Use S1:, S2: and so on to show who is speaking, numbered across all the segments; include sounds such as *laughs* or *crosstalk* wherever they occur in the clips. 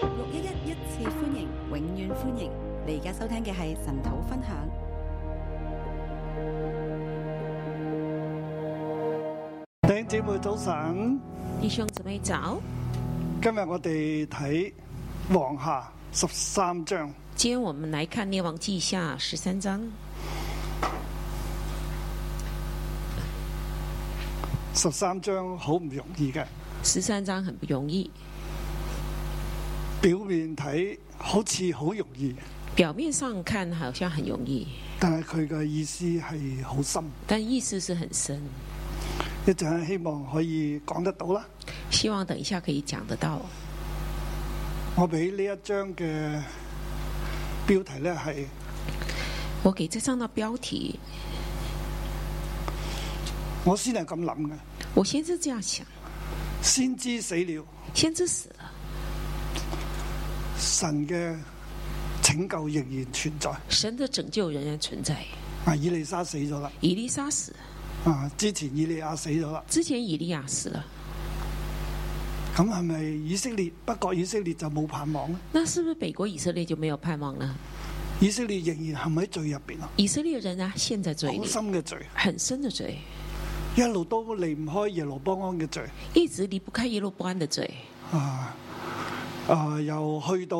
S1: 六一一一次歡迎，永遠歡迎！你而家收聽嘅係神土分享。
S2: 弟兄姊妹早晨，
S3: 弟兄姊妹早，
S2: 今日我哋睇王下十三章，
S3: 今天我们来看《列王记下》十三章
S2: 十三章好唔容易嘅，
S3: 十三章很不容易，
S2: 表面睇好似好容易，
S3: 表面上看好像很容易，
S2: 但係佢嘅意思係好深，
S3: 但意思是很深。
S2: 一陣希望可以講得到啦。
S3: 希望等一下可以讲得到。
S2: 我俾呢一章嘅標題呢係
S3: 我给这章的标题，
S2: 我先係咁諗嘅，
S3: 我先是这样想：
S2: 先知死了，
S3: 先知死了，
S2: 神嘅拯救仍然存在。
S3: 神的拯救仍然存在。
S2: 啊，以利沙死咗啦，
S3: 以利沙死了，
S2: 啊，之前以利亞死咗啦。
S3: 之前以利亚死了，
S2: 咁係咪以色列北國以色列就冇盼望咧？
S3: 那是不是北国以色列就没有盼望呢？
S2: 以色列仍然陷喺罪入邊啊，
S3: 以色列人啊，陷在罪
S2: 好
S3: 里，
S2: 深嘅罪，
S3: 很深的罪，
S2: 一路都離唔開耶羅波安嘅罪
S3: 一直离不开耶路不安的罪，
S2: 啊！啊，又去到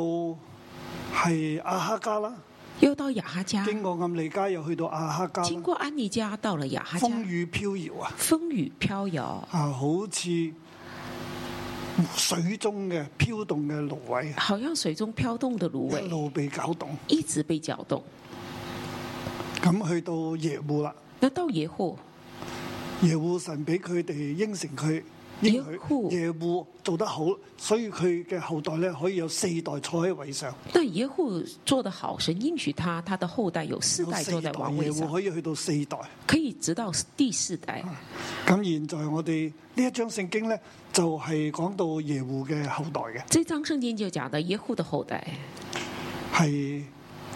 S2: 係阿哈加啦，
S3: 又到雅哈家，
S2: 經過暗利加，又去到阿哈加
S3: 经
S2: 啦，
S3: 过安妮家到了雅哈家，
S2: 風雨飄搖啊！
S3: 风雨飘摇，
S2: 啊，好似水中嘅飄動嘅蘆葦啊，
S3: 好像水中飘动的芦
S2: 一
S3: 苇，
S2: 路被攪動。
S3: 一直被搅动。
S2: 咁去到耶戶啦，
S3: 那到耶户，
S2: 耶戶神俾佢哋應承佢應
S3: 耶
S2: 許
S3: 戶
S2: 耶戶做得好，所以佢嘅後代咧可以有四代坐喺位上，
S3: 那耶户做得好，神应许他，他的后代有四
S2: 有
S3: 代
S2: 四
S3: 坐
S2: 代
S3: 在王位
S2: 耶戶
S3: 上，
S2: 可以去到四代。
S3: 可以直到第四代。
S2: 咁現在我哋呢一章聖經咧就係、講到耶戶嘅後代嘅，
S3: 这张圣经就讲的耶户的后代，
S2: 係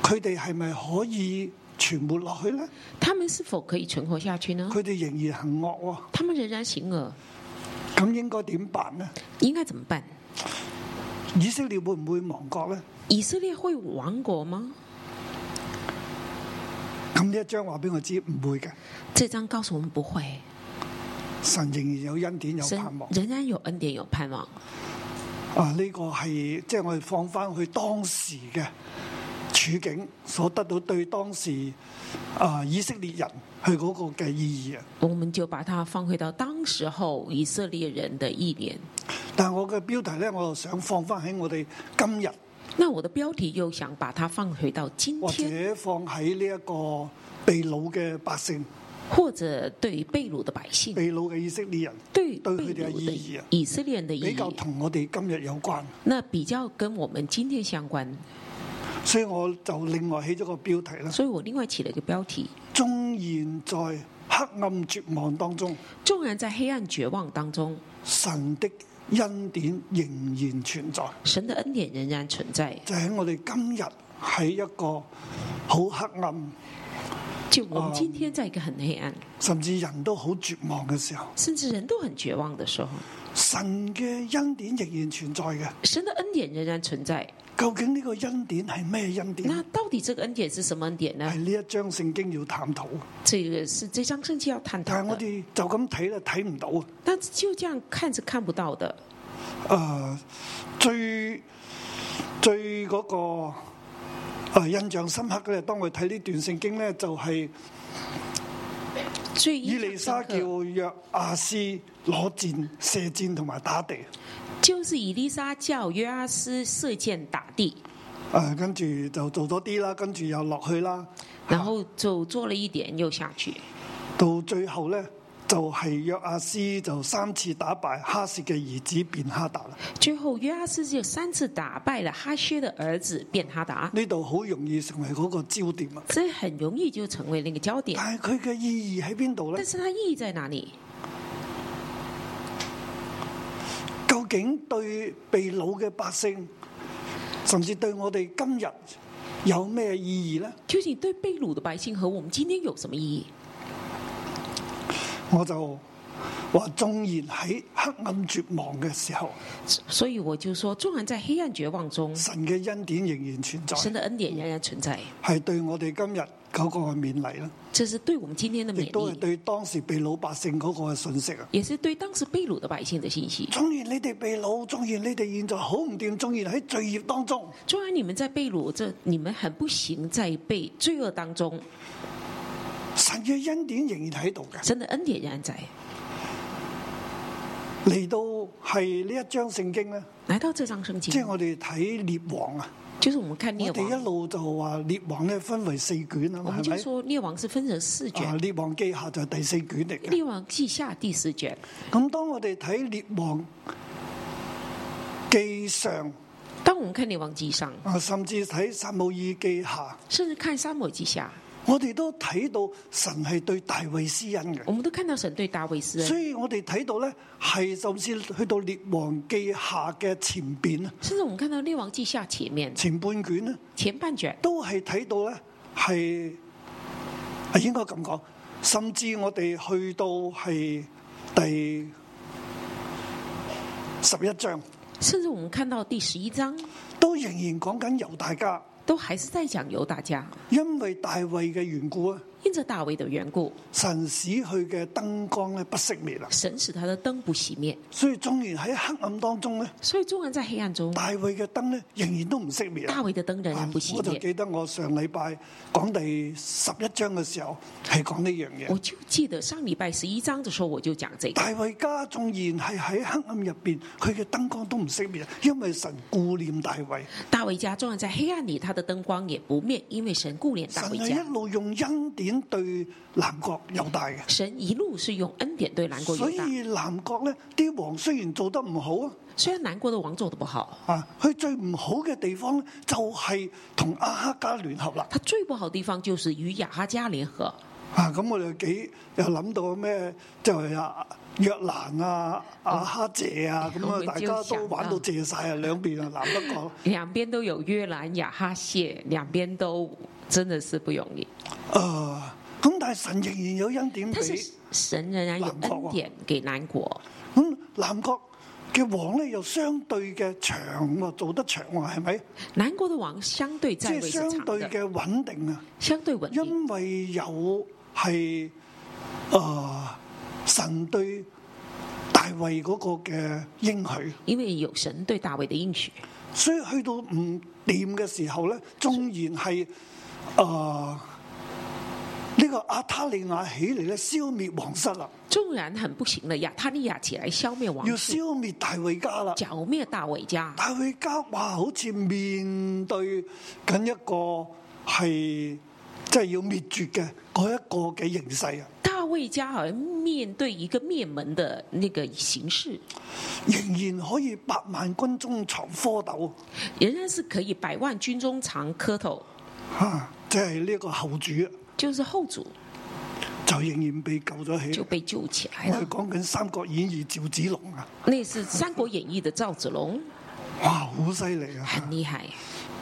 S2: 佢哋係咪可以存活落去咧？
S3: 他们是否可以存活下去呢？
S2: 佢哋仍然行惡喎、
S3: 他们仍然行恶，
S2: 咁應該點辦呢？
S3: 应该怎么办？
S2: 以色列會唔會亡國咧？
S3: 以色列会亡国吗？
S2: 咁呢一章話俾我知唔會嘅，
S3: 这张告诉我们不会，
S2: 神仍然有恩典有
S3: 神
S2: 盼望。
S3: 仍然有恩典，有盼望。
S2: 啊！呢、個係即係我哋放翻去當時嘅處境所得到對當時啊以色列人佢嗰個嘅意義啊！
S3: 我们就把它放回到当时候以色列人的意念。
S2: 但係我嘅標題咧，我又想放翻喺我哋今日，
S3: 那我的标题又想把它放回到今
S2: 或
S3: 天，
S2: 者放喺呢一個被擄嘅百姓、
S3: 或者對被掳的百姓，
S2: 被擄嘅以色列人，
S3: 对
S2: 對
S3: 被
S2: 佢哋嘅
S3: 掳
S2: 意義
S3: 的
S2: 啊
S3: 以色列人的意
S2: 比較
S3: 義，
S2: 同我哋今日有關，
S3: 那比較跟我們今天相關。
S2: 所以我就另外起咗個標題啦。
S3: 所以我另外起了一个标题：
S2: 縱然在黑暗絕望當中，
S3: 纵然在黑暗绝望当中，
S2: 神的恩典仍然存在。
S3: 神的恩典仍然存在。
S2: 就喺我哋今日喺一個好黑暗，
S3: 就我们今天在一个很黑暗，
S2: 甚至人都好絕望嘅時候，
S3: 甚至人都很绝望的时候，
S2: 神嘅恩典仍然存在嘅。
S3: 神的恩典仍然存在。
S2: 究竟呢個恩典係咩恩典？
S3: 那到底这个恩典是什么恩典呢
S2: 係？呢一章聖經要探討，
S3: 这个是这张圣经要探讨
S2: 但係我
S3: 的。
S2: 哋就咁睇咧睇唔到。誒、
S3: 但就这样看是看不到的。
S2: 呃最最嗰、個、呃印象深刻嘅咧，當我睇呢段聖經咧，就係、
S3: 所以
S2: 以利沙叫約亞斯攞箭、射箭同埋打地。
S3: 就是以利沙叫约阿斯射箭打地，
S2: 誒、啊跟住就做多啲啦，跟住又落去啦，
S3: 然后就做了一点又下去，
S2: 到最後呢，就係、約阿斯就三次打敗哈薛嘅兒子便哈達啦。
S3: 最后约阿斯就三次打败了哈薛的儿子便哈达，
S2: 呢度好容易成為嗰個焦點啊！
S3: 这很容易就成为那个焦点。
S2: 但係佢嘅意義喺邊度呢
S3: 但？是它意义在哪里？
S2: 究竟對被擄嘅百姓，甚至對我哋今日有咩意義呢？
S3: 究竟对被掳的百姓和我们今天有什么意义？
S2: 我就話縱然喺黑暗絕望嘅時候，
S3: 所以我就說，縱然在黑暗絕望中，
S2: 神嘅恩典仍然存在，
S3: 神的恩典仍然存在，
S2: 係對我哋今日嗰個嘅勉勵啦，
S3: 這是對我們今天的
S2: 亦
S3: 勉
S2: 都係
S3: 勵，
S2: 對當時被老百姓嗰個嘅信息啊。
S3: 也是對當時被擄的百姓的信息。
S2: 縱然你哋被老，縱然你哋現在好唔掂，縱然喺罪孽當中，
S3: 縱然你們在被擄，這你們很不行，在被罪惡當中，
S2: 神嘅恩典仍然喺度嘅。
S3: 神的恩典仍然在。
S2: 嚟到係呢一章聖經咧，
S3: 來到這張聖經
S2: 即，係我哋睇列王啊，
S3: 就是我們看
S2: 我
S3: 嗯列
S2: 哋
S3: 王
S2: 一，路就話列王咧分為四卷啊
S3: 我
S2: 嘛，
S3: 們就
S2: 係
S3: 說列王是分成四
S2: 咪？啊，
S3: 卷，
S2: 列王記下就係第四卷嚟嘅。
S3: 列王記下第四卷。
S2: 咁當我哋睇列王記上
S3: 當我們看列王記上，
S2: 啊，甚至睇撒母耳記下，
S3: 甚至看沙漠記下，
S2: 我哋都睇到神係對大衛施恩嘅
S3: 我。們都看到神對大衛施
S2: 所
S3: 恩，
S2: 以我哋睇到咧，係甚至去到列王記下嘅前邊啊，
S3: 甚至我們看到列王記下前面
S2: 前半卷咧，
S3: 前半卷，
S2: 都係睇到咧，係啊應該咁講，甚至我哋去到係第十一章，
S3: 甚至我們看到第十一章，
S2: 都仍然講緊猶大家，
S3: 都還是在講猶大家，
S2: 因為大衛嘅緣故啊，
S3: 因着大衛的緣故，
S2: 神使佢嘅燈光咧不熄滅啊，
S3: 神使他的燈不熄滅，
S2: 所以縱然喺黑暗當中咧，
S3: 所以眾人在黑暗中，
S2: 大衛嘅燈咧仍然都唔熄滅啊
S3: 大。衛的燈仍然不熄
S2: 我就
S3: 滅。
S2: 記得我上禮拜講第十一章嘅時候係講呢樣嘢
S3: 我。就記得上禮拜十一章的時候，我就講這個。
S2: 大衛家縱然係喺黑暗入邊，佢嘅燈光都唔熄滅，因為神顧念大衛，
S3: 大衛家縱然在黑暗裏，他的燈光也不滅，因為神顧念
S2: 神啊
S3: 大衛
S2: 係
S3: 家
S2: 一。路用恩典對南國猶大嘅。
S3: 神一路是用恩典對南國
S2: 所
S3: 猶大，
S2: 以南國呢啲王雖然做得唔好啊，
S3: 雖然南國的王做的不好，
S2: 啊，佢最唔好嘅地方呢，就係同阿哈家聯合啦。
S3: 他最不好的地方就是與亞哈家聯合。
S2: 啊，咁我哋幾又諗到咩？就係啊約蘭啊、阿哈謝啊，咁啊
S3: 我，
S2: 大
S3: 就
S2: 家都
S3: 想
S2: 玩
S3: 到
S2: 到謝晒啊，兩邊啊，南北角。
S3: 兩邊都有約蘭、亞哈謝，兩邊都真的是不容易。
S2: 啊，咁但係神仍然有恩典俾
S3: 但是神仍然有恩典給南國，
S2: 咁南國嘅王咧，又相對嘅長喎，做得長喎，係咪？
S3: 南國的王相對
S2: 即
S3: 在
S2: 係
S3: 位是
S2: 相
S3: 長
S2: 對
S3: 的，
S2: 嘅穩定啊，
S3: 相對穩定，
S2: 因為有係啊神對大衛嗰個嘅應許，
S3: 因為有神對大衛的應許。
S2: 所以去到唔掂嘅時候咧，縱然係啊呢個阿塔利亞起嚟咧，消滅皇室啦，
S3: 縱然很不行了，亞他利亞起來消滅王
S2: 要
S3: 室
S2: 消滅大衛家啦。
S3: 剿滅大衛家。
S2: 大衛家哇，好似面對緊一個係即係要滅絕嘅嗰一個嘅形勢啊，
S3: 大衛家好像面對一個滅門的那個形勢，
S2: 仍然可以百萬軍中藏蝌蚪
S3: 仍然是可以百萬軍中藏蝌蚪，
S2: 嚇，啊即係呢個後主啊
S3: 就是後主
S2: 就仍然被救咗起
S3: 就
S2: 嚟。
S3: 被救起來
S2: 我哋
S3: 了。
S2: 講緊《三國演義》趙子龍啊，
S3: 那是《三國演義》的趙子龍，
S2: 哇，好犀利啊！
S3: 很厲害，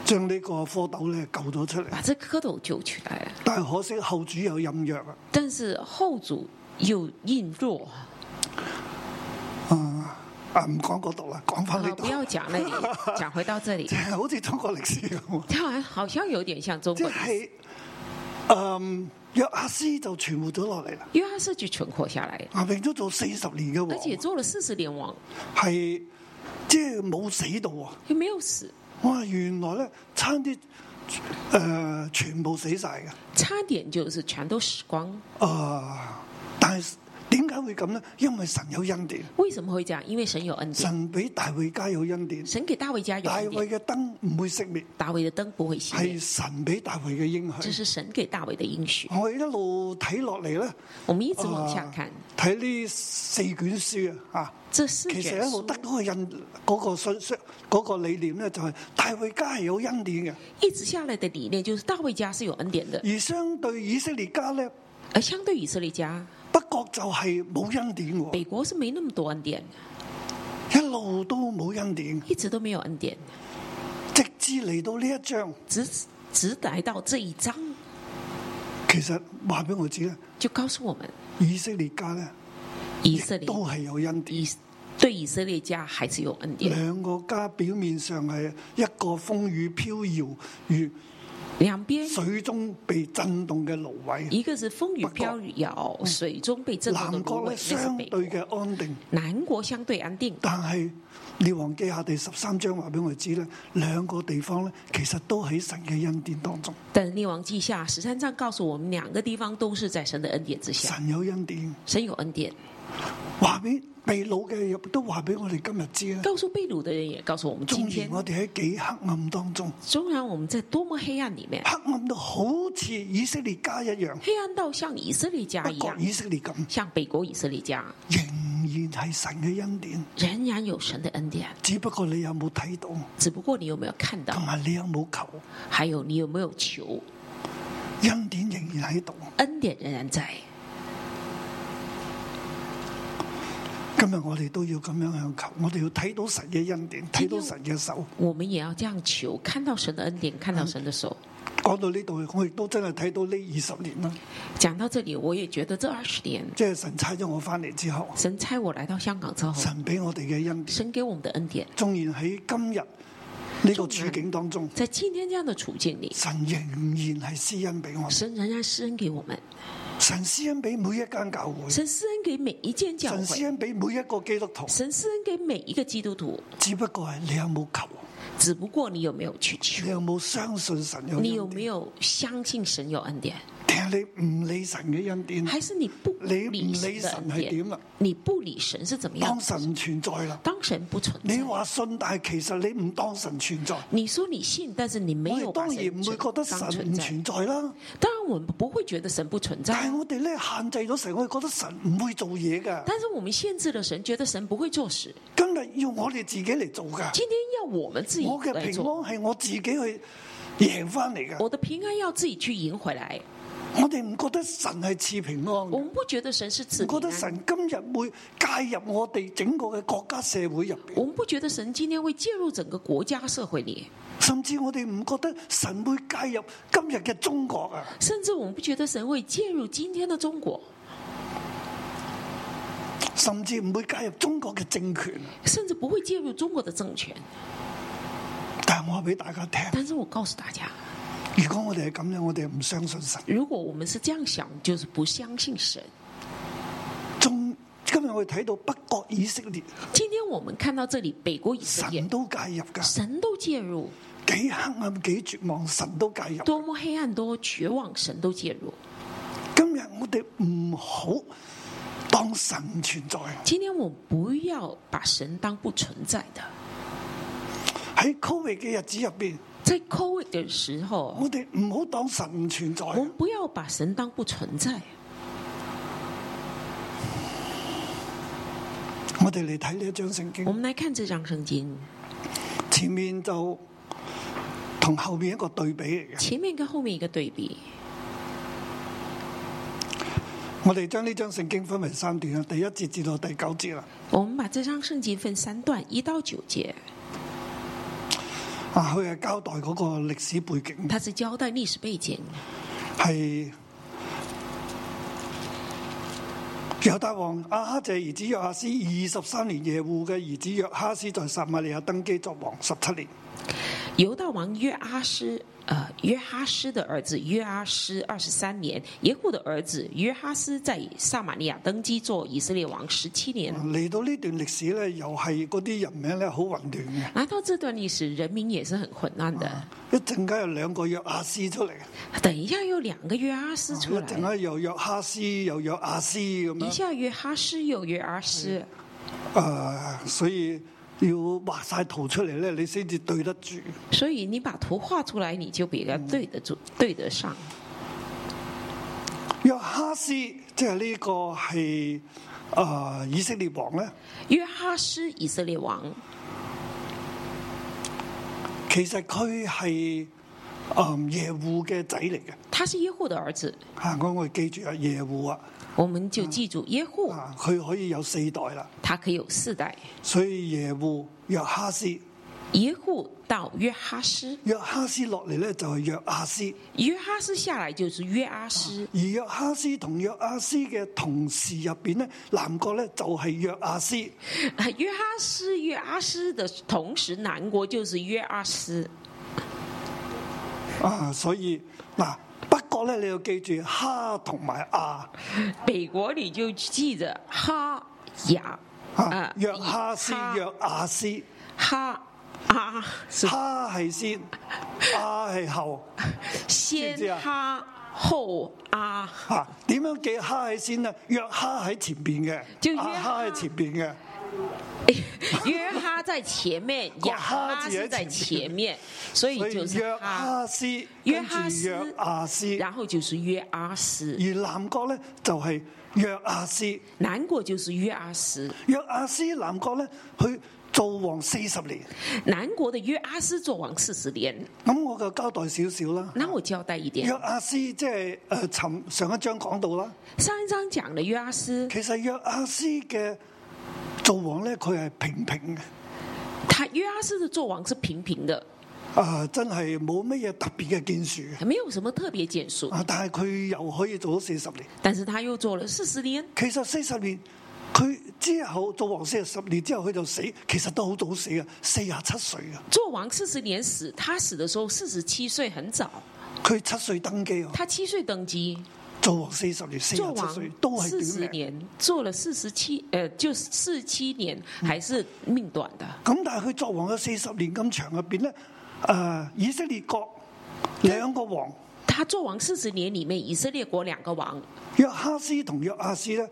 S2: 將呢個蝌蚪咧救咗出嚟，
S3: 把這蝌蚪救起來了。
S2: 但係可惜後主有飲藥啊。
S3: 但是後主又硬弱，
S2: 啊啊，唔講嗰度啦，講翻呢
S3: 好，
S2: 度
S3: 啊不，要講那裡，講回到這
S2: *laughs*
S3: 裡，
S2: 好似中國歷史咁
S3: *laughs*
S2: 啊。
S3: 他好像好像有點像中
S2: 即
S3: 國。
S2: 係，嗯，約阿斯就存活咗落嚟啦。
S3: 因為他是去存活下來，
S2: 啊，並咗做四十年嘅
S3: 而且
S2: 王，
S3: 做了四十年王，
S2: 係即係冇死到啊！
S3: 也沒有死，
S2: 哇，原來咧差啲诶、呃全部死晒嘅。
S3: 差點就是全都死光。
S2: 啊、但係點解會咁咧？因為神有恩典，
S3: 為什麼會這樣？因為神有恩典，
S2: 神俾大衛家有恩典，
S3: 神給大衛家有
S2: 大
S3: 恩
S2: 衛
S3: 典，
S2: 嘅燈唔會熄滅，
S3: 大衛的燈不會熄
S2: 係
S3: 滅，
S2: 神俾大衛嘅應
S3: 這
S2: 許。
S3: 是神給大衛的應許。
S2: 我一路睇落嚟咧，
S3: 我們一直往下看，
S2: 睇呢四卷書啊，啊。
S3: 這四
S2: 其
S3: 卷
S2: 實一路
S3: 書
S2: 得嗰個印嗰、個信息嗰個理念咧，就係大衛家係有恩典嘅，
S3: 一直下來的理念就是大衛家是有恩典的，
S2: 而相對以色列家咧，
S3: 而相對以色列家，
S2: 北國就係冇恩典喎，
S3: 北國是沒那麼多恩典，
S2: 一路都冇恩典，
S3: 一直都沒有恩典，
S2: 直至嚟到呢一章，
S3: 直直來到這一章
S2: 其實話俾我知咧，
S3: 就告訴我們，
S2: 以色列家咧
S3: 以色列
S2: 都係有恩典。
S3: 以对以色列家还是有恩典。
S2: 兩個家表面上係一個風雨飄搖，如
S3: 两边
S2: 水中被震動嘅蘆葦；
S3: 一个是风雨飘摇，水中被震
S2: 嗯
S3: 动的
S2: 南
S3: 芦
S2: 國咧
S3: 苇，那是
S2: 相
S3: 北
S2: 對
S3: 国。
S2: 嘅安定。
S3: 南国相对安定，
S2: 但係《列王記下》第十三章話俾我哋知咧，兩個地方咧其實都喺神嘅恩典當中，
S3: 但《列王记下》十三章告诉我们，两个地方都是在神的恩典之下，
S2: 神有恩典，
S3: 神有恩典。
S2: 話俾被掳嘅亦都話俾我哋今日知啦。
S3: 告诉被掳的人，也告诉我们今
S2: 縱
S3: 天
S2: 然，我哋喺幾黑暗當中，
S3: 纵然我们在多么黑暗里面，
S2: 黑暗到好似以色列家一樣，
S3: 黑暗到像以色列家
S2: 北
S3: 一
S2: 國
S3: 样，
S2: 以色列咁，
S3: 像北国以色列家，
S2: 仍然係神嘅恩典。
S3: 仍然有神的恩典，
S2: 只不過你有冇睇到，
S3: 只不过你有没有看到
S2: 同？埋你有冇求，
S3: 还有你有没有求？
S2: 恩典仍然喺度。
S3: 恩典仍然在。
S2: 今日我哋都要咁樣向求，我哋要睇到神嘅恩典，睇到神嘅手。
S3: 我们也要这样求，看到神的恩典，看到神的手。
S2: 講到呢度，我亦都真係睇到呢二十年啦，
S3: 讲到这里，我也觉得这二十年，
S2: 即係神差咗我翻嚟之後，
S3: 神差我来到香港之后，
S2: 神俾我哋嘅恩典，
S3: 神给我们的恩典，
S2: 縱然喺今日呢個處境當中，
S3: 在今天这样的处境里，
S2: 神仍然係施恩俾我，
S3: 神仍然施恩给我们，
S2: 神施恩俾每一間教會，
S3: 神施恩给每一间教
S2: 神施
S3: 会，
S2: 恩俾每一個基督徒，
S3: 神施恩给每一个基督徒。
S2: 只不過係你有冇求，
S3: 只不过你有没有去求
S2: 你？有冇相信神有
S3: 你有
S2: 恩
S3: 没
S2: 典，
S3: 有相信神有恩典，
S2: 定係你唔理神嘅恩典？
S3: 还是你不
S2: 你唔
S3: 理
S2: 理
S3: 神的
S2: 神
S3: 恩
S2: 係
S3: 典？
S2: 點啦？
S3: 你不理神是怎么样
S2: 當？神唔存在啦，
S3: 当神不存在
S2: 你，話信，但係其實你唔當神存在。
S3: 你说你信，但是你没
S2: 我哋
S3: 有把
S2: 當
S3: 神
S2: 然唔會覺得
S3: 当
S2: 神
S3: 存
S2: 唔
S3: 在。
S2: 存在啦，
S3: 当然，我们不会觉得神不存
S2: 但
S3: 在
S2: 係，我哋咧限制咗神，我哋覺得神唔會做嘢噶。
S3: 但是我们限制了神，觉得神不会做事。
S2: 今日要我哋自己嚟做噶，
S3: 今天要我们自己
S2: 我嘅
S3: 来
S2: 平
S3: 做，
S2: 安係我自己去贏翻嚟噶。
S3: 我的平安要自己去赢回来。
S2: 我哋唔覺得神係賜平安
S3: 我
S2: 㗎，
S3: 们不觉得神是
S2: 唔
S3: 自啊
S2: 覺
S3: 平
S2: 得
S3: 安，
S2: 神今日會介入我哋整個嘅國家社會入边，
S3: 我们不觉得神今天会介入整个国家社会里，
S2: 甚至我哋唔覺得神會介入今日嘅中國啊！
S3: 甚至我们不觉得神会介入今天的中国，
S2: 甚至唔會介入中國嘅政權。
S3: 甚至不会介入中国的政权。
S2: 但係我話俾大家聽，
S3: 但是我告诉大家，
S2: 如果我哋係咁樣，我哋唔相信神。
S3: 如果我们是这样想，就是不相信神。
S2: 中今日我哋睇到北國以色列，
S3: 今天我们看到这里，北国以色列
S2: 神都介入㗎，
S3: 神都介入，
S2: 幾黑暗幾絕望，神都介入。
S3: 多么黑暗，多绝望，神都介入。
S2: 今日我哋唔好當神存在，
S3: 今天我们不要把神当不存在的。
S2: 喺 Covid 嘅日子入边，
S3: 在 COVID 的时候，
S2: 我哋唔好當神唔存在。
S3: 我们不要把神当不存在。
S2: 我哋嚟睇呢一章聖
S3: 我
S2: 經，
S3: 们来看这张圣经，
S2: 前面就同後面一個對比嚟嘅。
S3: 前面跟后面一个对比。
S2: 我哋將呢章聖經分為三段啦，第一節至到第九節啦。
S3: 我们把这张圣经分三段，一到九节，
S2: 啊，佢係交代嗰個歷史背景，
S3: 它是交代历史背景。
S2: 係猶大王阿哈謝兒子約哈斯二十三年耶户嘅兒子約哈斯在撒瑪利亞登基作王十七年。
S3: 犹大王约阿施，呃，约哈斯的儿子约阿施二十三年，耶户的儿子约哈斯在撒玛利亚登基做以色列王十七年。
S2: 嚟到呢段歷史咧，又係嗰啲人名咧好混亂嘅。
S3: 来到这段历史，人民也是很混乱的。
S2: 一陣間有兩個約阿斯出嚟，
S3: 等一下有兩個約阿斯
S2: 一
S3: 出來，
S2: 陣間又約哈斯，又約阿斯咁
S3: 一
S2: 樣。
S3: 下約哈斯又約阿斯，
S2: 誒、啊所以要畫晒圖出嚟咧，你先至對得住。
S3: 所以你把圖畫出來，你就比較對得住、對得上。
S2: 約哈斯即係呢個係啊、以色列王咧，
S3: 約哈斯以色列王，
S2: 其實佢係啊耶户嘅仔嚟嘅
S3: 他是耶户的兒子，
S2: 嚇，我我哋記住啊耶户啊
S3: 我們就記住耶户，
S2: 啊，佢可以有四代啦，
S3: 他可以有四代，
S2: 所以耶户約哈斯
S3: 耶户到约哈斯，
S2: 約哈斯落嚟咧就係約亞斯，
S3: 约哈斯下来就是约阿斯。
S2: 而約哈斯同約亞斯嘅同事入邊咧，南國咧就係約亞斯。嗯
S3: *laughs* 约哈斯约阿斯的同时，南国就是约阿斯。
S2: 啊，所以嗱，北國咧你要記住哈同埋亞
S3: 北国你就记着哈雅
S2: 啊，約
S3: 以
S2: 哈斯、
S3: 哈
S2: 約亞斯，
S3: 哈啊是
S2: 哈係先，亞係後。知唔知
S3: 先
S2: 啊
S3: 哈后
S2: *laughs*
S3: 阿，
S2: 啊，點樣記哈喺先呢？約哈喺前邊嘅，
S3: 就約
S2: 阿哈喺
S3: 哈
S2: 前邊嘅。
S3: 约哈在前面，
S2: 哇
S3: 雅哈
S2: 哈字
S3: 是
S2: 喺
S3: 在
S2: 前
S3: 前面，所以
S2: 所
S3: 就
S2: 以
S3: 是
S2: 約
S3: 哈，
S2: 哈斯，
S3: 約
S2: 跟住
S3: 哈斯
S2: 約亞斯，
S3: 然后就是约阿斯
S2: 而，南國咧就係約亞斯。
S3: 南国就是约阿斯。
S2: 約亞斯南國咧，佢做王四十年。
S3: 南国的约阿斯做王四十年，
S2: 咁我就交代少少啦。
S3: 那我交代一
S2: 約
S3: 点。
S2: 亞斯即係誒，尋、上一章講到啦。
S3: 上一章讲的约阿斯，
S2: 其實約亞斯嘅做王咧，佢係平平嘅，
S3: 他约阿斯的做王是平平的，
S2: 啊、真係冇乜嘢特別嘅建樹嘅。
S3: 没有什么特别建树，
S2: 啊，但係佢又可以做到四十年。
S3: 但是他又做了四十年。
S2: 其實四十年，佢之後做王四十年之後，佢就死，其實都好早死嘅，啊四廿七啊歲嘅。
S3: 做王四十年死，他死的时候四十七岁，很早。
S2: 佢七歲登基啊，
S3: 他七岁登基，
S2: 做王四十年，四
S3: 做
S2: 廿七
S3: 王
S2: 歲都係
S3: 四十
S2: 短啊命。
S3: 年，做了四十七，呃，就四七年，还是命短的。
S2: 咁但係佢作王嘅四十年咁長入邊咧，誒、以色列國兩個王
S3: 他做王四十年里面，以色列国两个王，
S2: 約哈斯同約亞斯咧，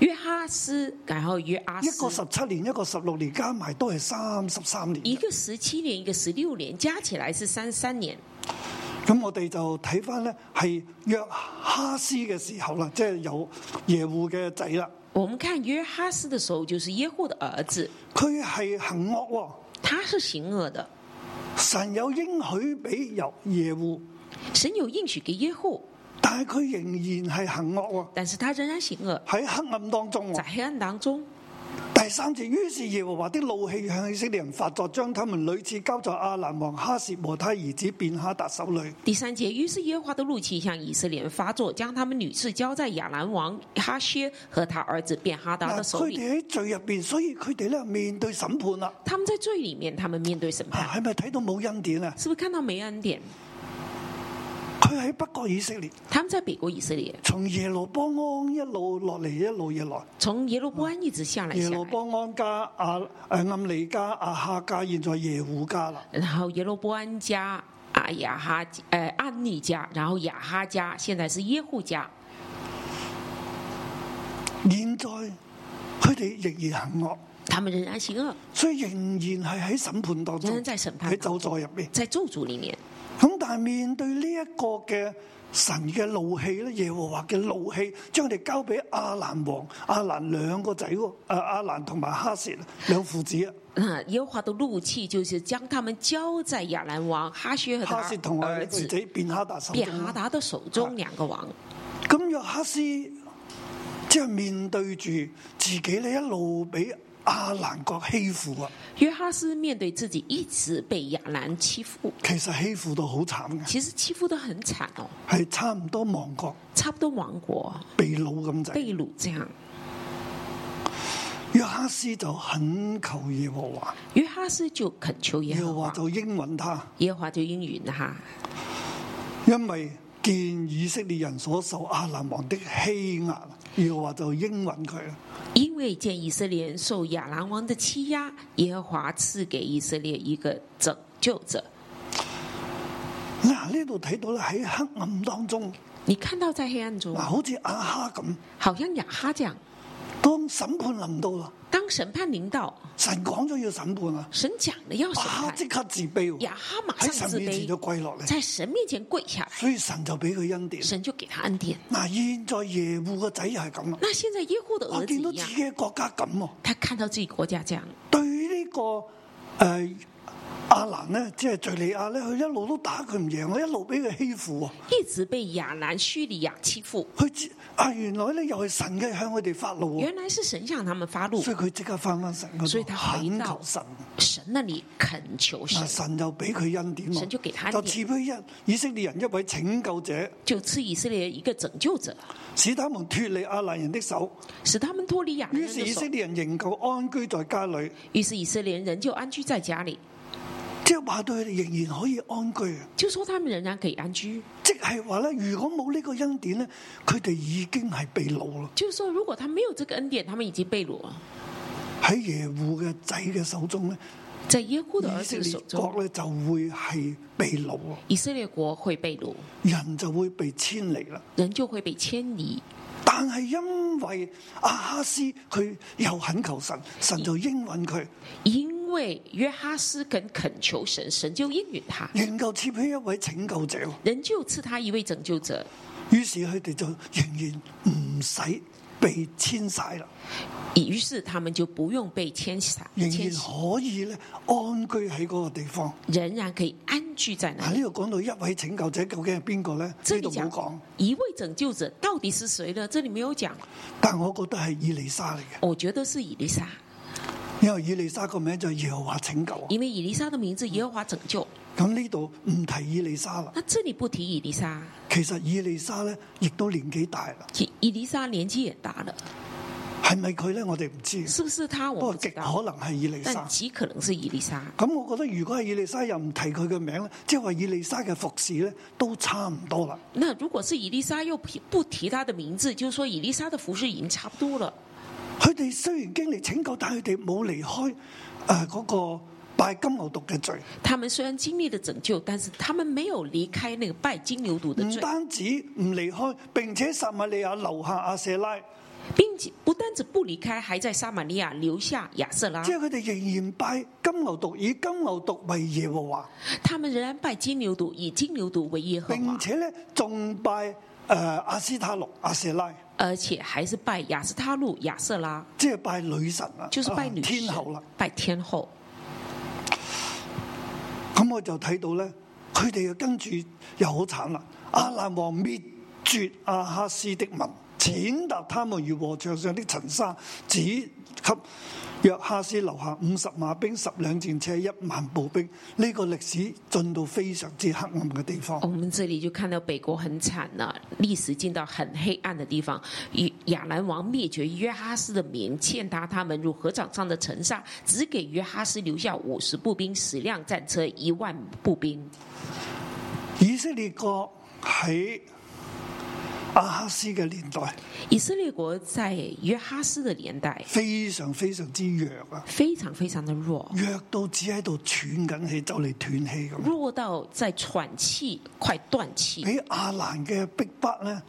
S3: 约哈斯，然后约阿
S2: 一個
S3: 斯，
S2: 十七年，一個十六年，加埋都係三十三
S3: 一
S2: 年。
S3: 个十七年，一个十六年，加起来是三三年。
S2: 咁我哋就睇翻咧，係約哈斯嘅時候啦，即係有耶户嘅仔啦，
S3: 我们看约哈斯的时候，就是耶户的儿子，
S2: 佢係行惡喎、
S3: 他是行恶的。
S2: 神有應許俾由耶户，
S3: 神有应许给耶户，
S2: 但係佢仍然係行惡喎，
S3: 但是他仍然行恶，
S2: 喺黑暗當中
S3: 在
S2: 喎。
S3: 黑暗当中。
S2: 第三節，於是耶和華的怒氣向以色列人發作，將他們屢次交在亞蘭王哈薛和他兒子便哈達手裏。
S3: 第三节，于是耶和华的怒气向以色列人发作，将他们女士交在亚兰王哈薛和他儿子便哈达
S2: 嗱，
S3: 的手
S2: 佢
S3: 里。
S2: 哋喺罪入邊，所以佢哋咧面對審判啦。
S3: 他们在罪里面，他们面对审
S2: 啊
S3: 判，
S2: 係咪睇到冇恩典啊？
S3: 是不是看到没恩典？
S2: 佢喺北國以色列，
S3: 他们在北国以色列，
S2: 從耶羅波安一路落嚟，一路以來，
S3: 从耶罗波安一直下来
S2: 耶
S3: 下
S2: 羅
S3: 来，
S2: 波安加阿誒暗利加阿哈加，現在耶户加啦。
S3: 然后耶罗波安家啊雅哈呃暗利家，然后雅哈家，现在是耶户家。
S2: 現在佢哋仍然行惡。
S3: 他们仍然行恶，
S2: 所以仍然係喺審判當
S3: 仍
S2: 中
S3: 然，在審判
S2: 喺
S3: 當中
S2: 咒詛入面。
S3: 在咒诅里面。
S2: 咁但係面對呢一個嘅神嘅怒氣咧，耶和華嘅怒氣，將佢哋交俾亞蘭王、亞蘭兩個仔喎，誒亞蘭同埋哈薛兩父子啊，
S3: 那耶和华的怒气就是将他们交在亚兰王哈薛和
S2: 哈薛同
S3: 他
S2: 埋
S3: 儿
S2: 佢
S3: 子
S2: 仔便哈達手
S3: 便哈
S2: 中。
S3: 达的手中，两个王。
S2: 咁若哈斯即係面對住自己咧，一路俾亞蘭國欺負啊，
S3: 约哈斯面对自己一直被亚兰欺负，
S2: 其實欺負到好慘嘅，
S3: 其实欺负的很惨哦，
S2: 係差唔多亡國
S3: 差不多亡国
S2: 被擄咁滯。
S3: 被掳这样。
S2: 約哈斯就懇求耶和華，
S3: 约哈斯就恳求耶
S2: 耶和
S3: 和
S2: 華
S3: 华，
S2: 就應允他，
S3: 耶和华就应允他，
S2: 因為見以色列人所受亞蘭王的欺壓，耶和華就應允佢。
S3: 因为见以色列人受亚兰王的欺压，耶和华赐给以色列一个拯救者。
S2: 嗱，呢度睇到咧喺黑暗當中，
S3: 你看到在黑暗中
S2: 嗱，，好似亞哈咁，
S3: 好像雅哈这样，
S2: 當審判臨到啦，
S3: 当审判临到，
S2: 神講咗要審判啦，
S3: 神讲的要
S2: 亞
S3: 审
S2: 哈
S3: 判，
S2: 即刻自卑喎，
S3: 雅哈马
S2: 喺
S3: 上自
S2: 神面前就
S3: 卑，
S2: 跪落嚟，
S3: 在神面前跪下来，
S2: 所以神就俾佢恩典。
S3: 神就给他恩典。
S2: 嗱，現在耶户個仔又係咁啦，
S3: 那现在耶户的
S2: 我
S3: 儿子
S2: 見到
S3: 一
S2: 自
S3: 样，
S2: 己嘅國家咁喎。
S3: 他看到自己国家这样，
S2: 對呢、個个诶、呃、阿蘭呢，即係敍利亞咧，佢一路都打佢唔贏，我一路俾佢欺負喎。
S3: 一直被亚兰、叙利亚欺负。
S2: 佢知啊，原來咧又係神嘅向佢哋發怒喎，
S3: 原来是神向他们发怒，
S2: 所以佢即刻翻翻神嗰
S3: 所以
S2: 度
S3: 他回
S2: 懇
S3: 到
S2: 求神。
S3: 神那里恳求
S2: 嗱，
S3: 神，
S2: 神就俾佢恩典喎，
S3: 神就給他恩
S2: 就
S3: 典
S2: 賜俾一以色列人一位拯救者，
S3: 就赐以色列一個拯救者，
S2: 使他們脱離阿蘭人的手。
S3: 使他们脱离亚兰
S2: 於
S3: 人
S2: 是
S3: 的
S2: 以
S3: 手
S2: 色。列人仍舊安居在家裏，
S3: 于是以色列人就安居在家里，
S2: 即係話到佢哋仍然可以安居。
S3: 就说他们仍然可以安居。
S2: 即係話咧，如果冇呢個恩典咧，佢哋已經係被掳啦，
S3: 就是说，如果他没有这个恩典，他们已经被掳了，
S2: 喺耶戶嘅仔嘅手中咧，
S3: 在耶户的儿
S2: 以色
S3: 子手
S2: 列
S3: 中，
S2: 國咧就會係被掳啊，
S3: 以色列国会被掳，
S2: 人就會被遷離啦。
S3: 人就会被迁移。
S2: 但係因為阿哈斯佢又懇求神，神就應允佢，
S3: 因为约哈斯肯恳求神，神就应允他，
S2: 仍舊設起一位拯救者喎。
S3: 人就赐他一位拯救者。
S2: 於是佢哋就仍然唔使被遷晒啦，
S3: 于是他们就不用被迁徙，
S2: 仍然
S3: 迁徙
S2: 可以咧安居喺嗰個地方。
S3: 仍然可以安居在那
S2: 嗱，
S3: 里。
S2: 呢度講到一位拯救者究竟係邊個咧？
S3: 这
S2: 呢
S3: 里
S2: 度冇
S3: 讲
S2: 講，
S3: 一位拯救者到底是谁呢？这里没有讲，
S2: 但我覺得係以利沙嚟嘅，
S3: 我觉得是以利沙，
S2: 因為以利沙個名就係耶和華拯救啊。
S3: 因为以利沙的名字耶和华拯救。
S2: 咁呢度唔提以利沙啦，
S3: 那这里不提以利沙，
S2: 其實以利沙咧亦都年紀大啦，
S3: 其以利沙年纪也大了，
S2: 係咪佢咧？我哋唔知，
S3: 是不是她？
S2: 不
S3: 我
S2: 過
S3: 不知
S2: 極
S3: 道，
S2: 可能係以利
S3: 但
S2: 沙。
S3: 极可能是以利沙。
S2: 咁我覺得如果係以利沙又唔提佢嘅名咧，即係話以利沙嘅服侍咧都差唔多啦。
S3: 那如果是以利沙又不不提她的名字，就是说以利沙的服饰已经差不多了。
S2: 佢哋雖然經歷拯救，但佢哋冇離開诶嗰、個拜金牛犢嘅罪。
S3: 他们虽然经历了拯救，但是他们没有离开那个拜金牛犊的
S2: 唔
S3: 罪，
S2: 單止唔離開，並且撒瑪利亞留下阿舍拉，
S3: 啊并且不单止不离开，还在撒玛利亚留下亚瑟拉
S2: 即。係佢哋仍然拜金牛犢，以金牛犢為耶和華，
S3: 他们仍然拜金牛犊，以金牛犊为耶和华
S2: 並，且咧仲拜诶阿斯塔錄、阿舍拉，
S3: 而且还是拜亚斯他路、亚瑟拉，
S2: 即係拜女神啦，
S3: 就是拜女
S2: 啊
S3: 神
S2: 天后啦。
S3: 拜天后。
S2: 咁我就睇到咧，佢哋又跟住又好慘啦，阿蘭王滅絕阿哈斯的民，踐踏他們如禾場上的塵沙，只給約哈斯留下五十馬兵、十輛戰車、一萬步兵。呢、個歷史進到非常之黑暗嘅地方
S3: 哦我。们这里就看到北国很惨了，历史进到很黑暗的地方。与亚兰王灭绝约哈斯的民，践踏他们如河场上的尘沙，只给约哈斯留下五十步兵、十辆战车、一万步兵。
S2: 以色列國喺阿哈斯嘅年代
S3: 以色列国在约哈斯的年代
S2: 非常非常之弱啊，
S3: 非常非常的弱，
S2: 弱到只喺度喘緊氣，就嚟斷氣咁。
S3: 弱到在喘气，快断气，
S2: 俾阿蘭嘅逼迫咧。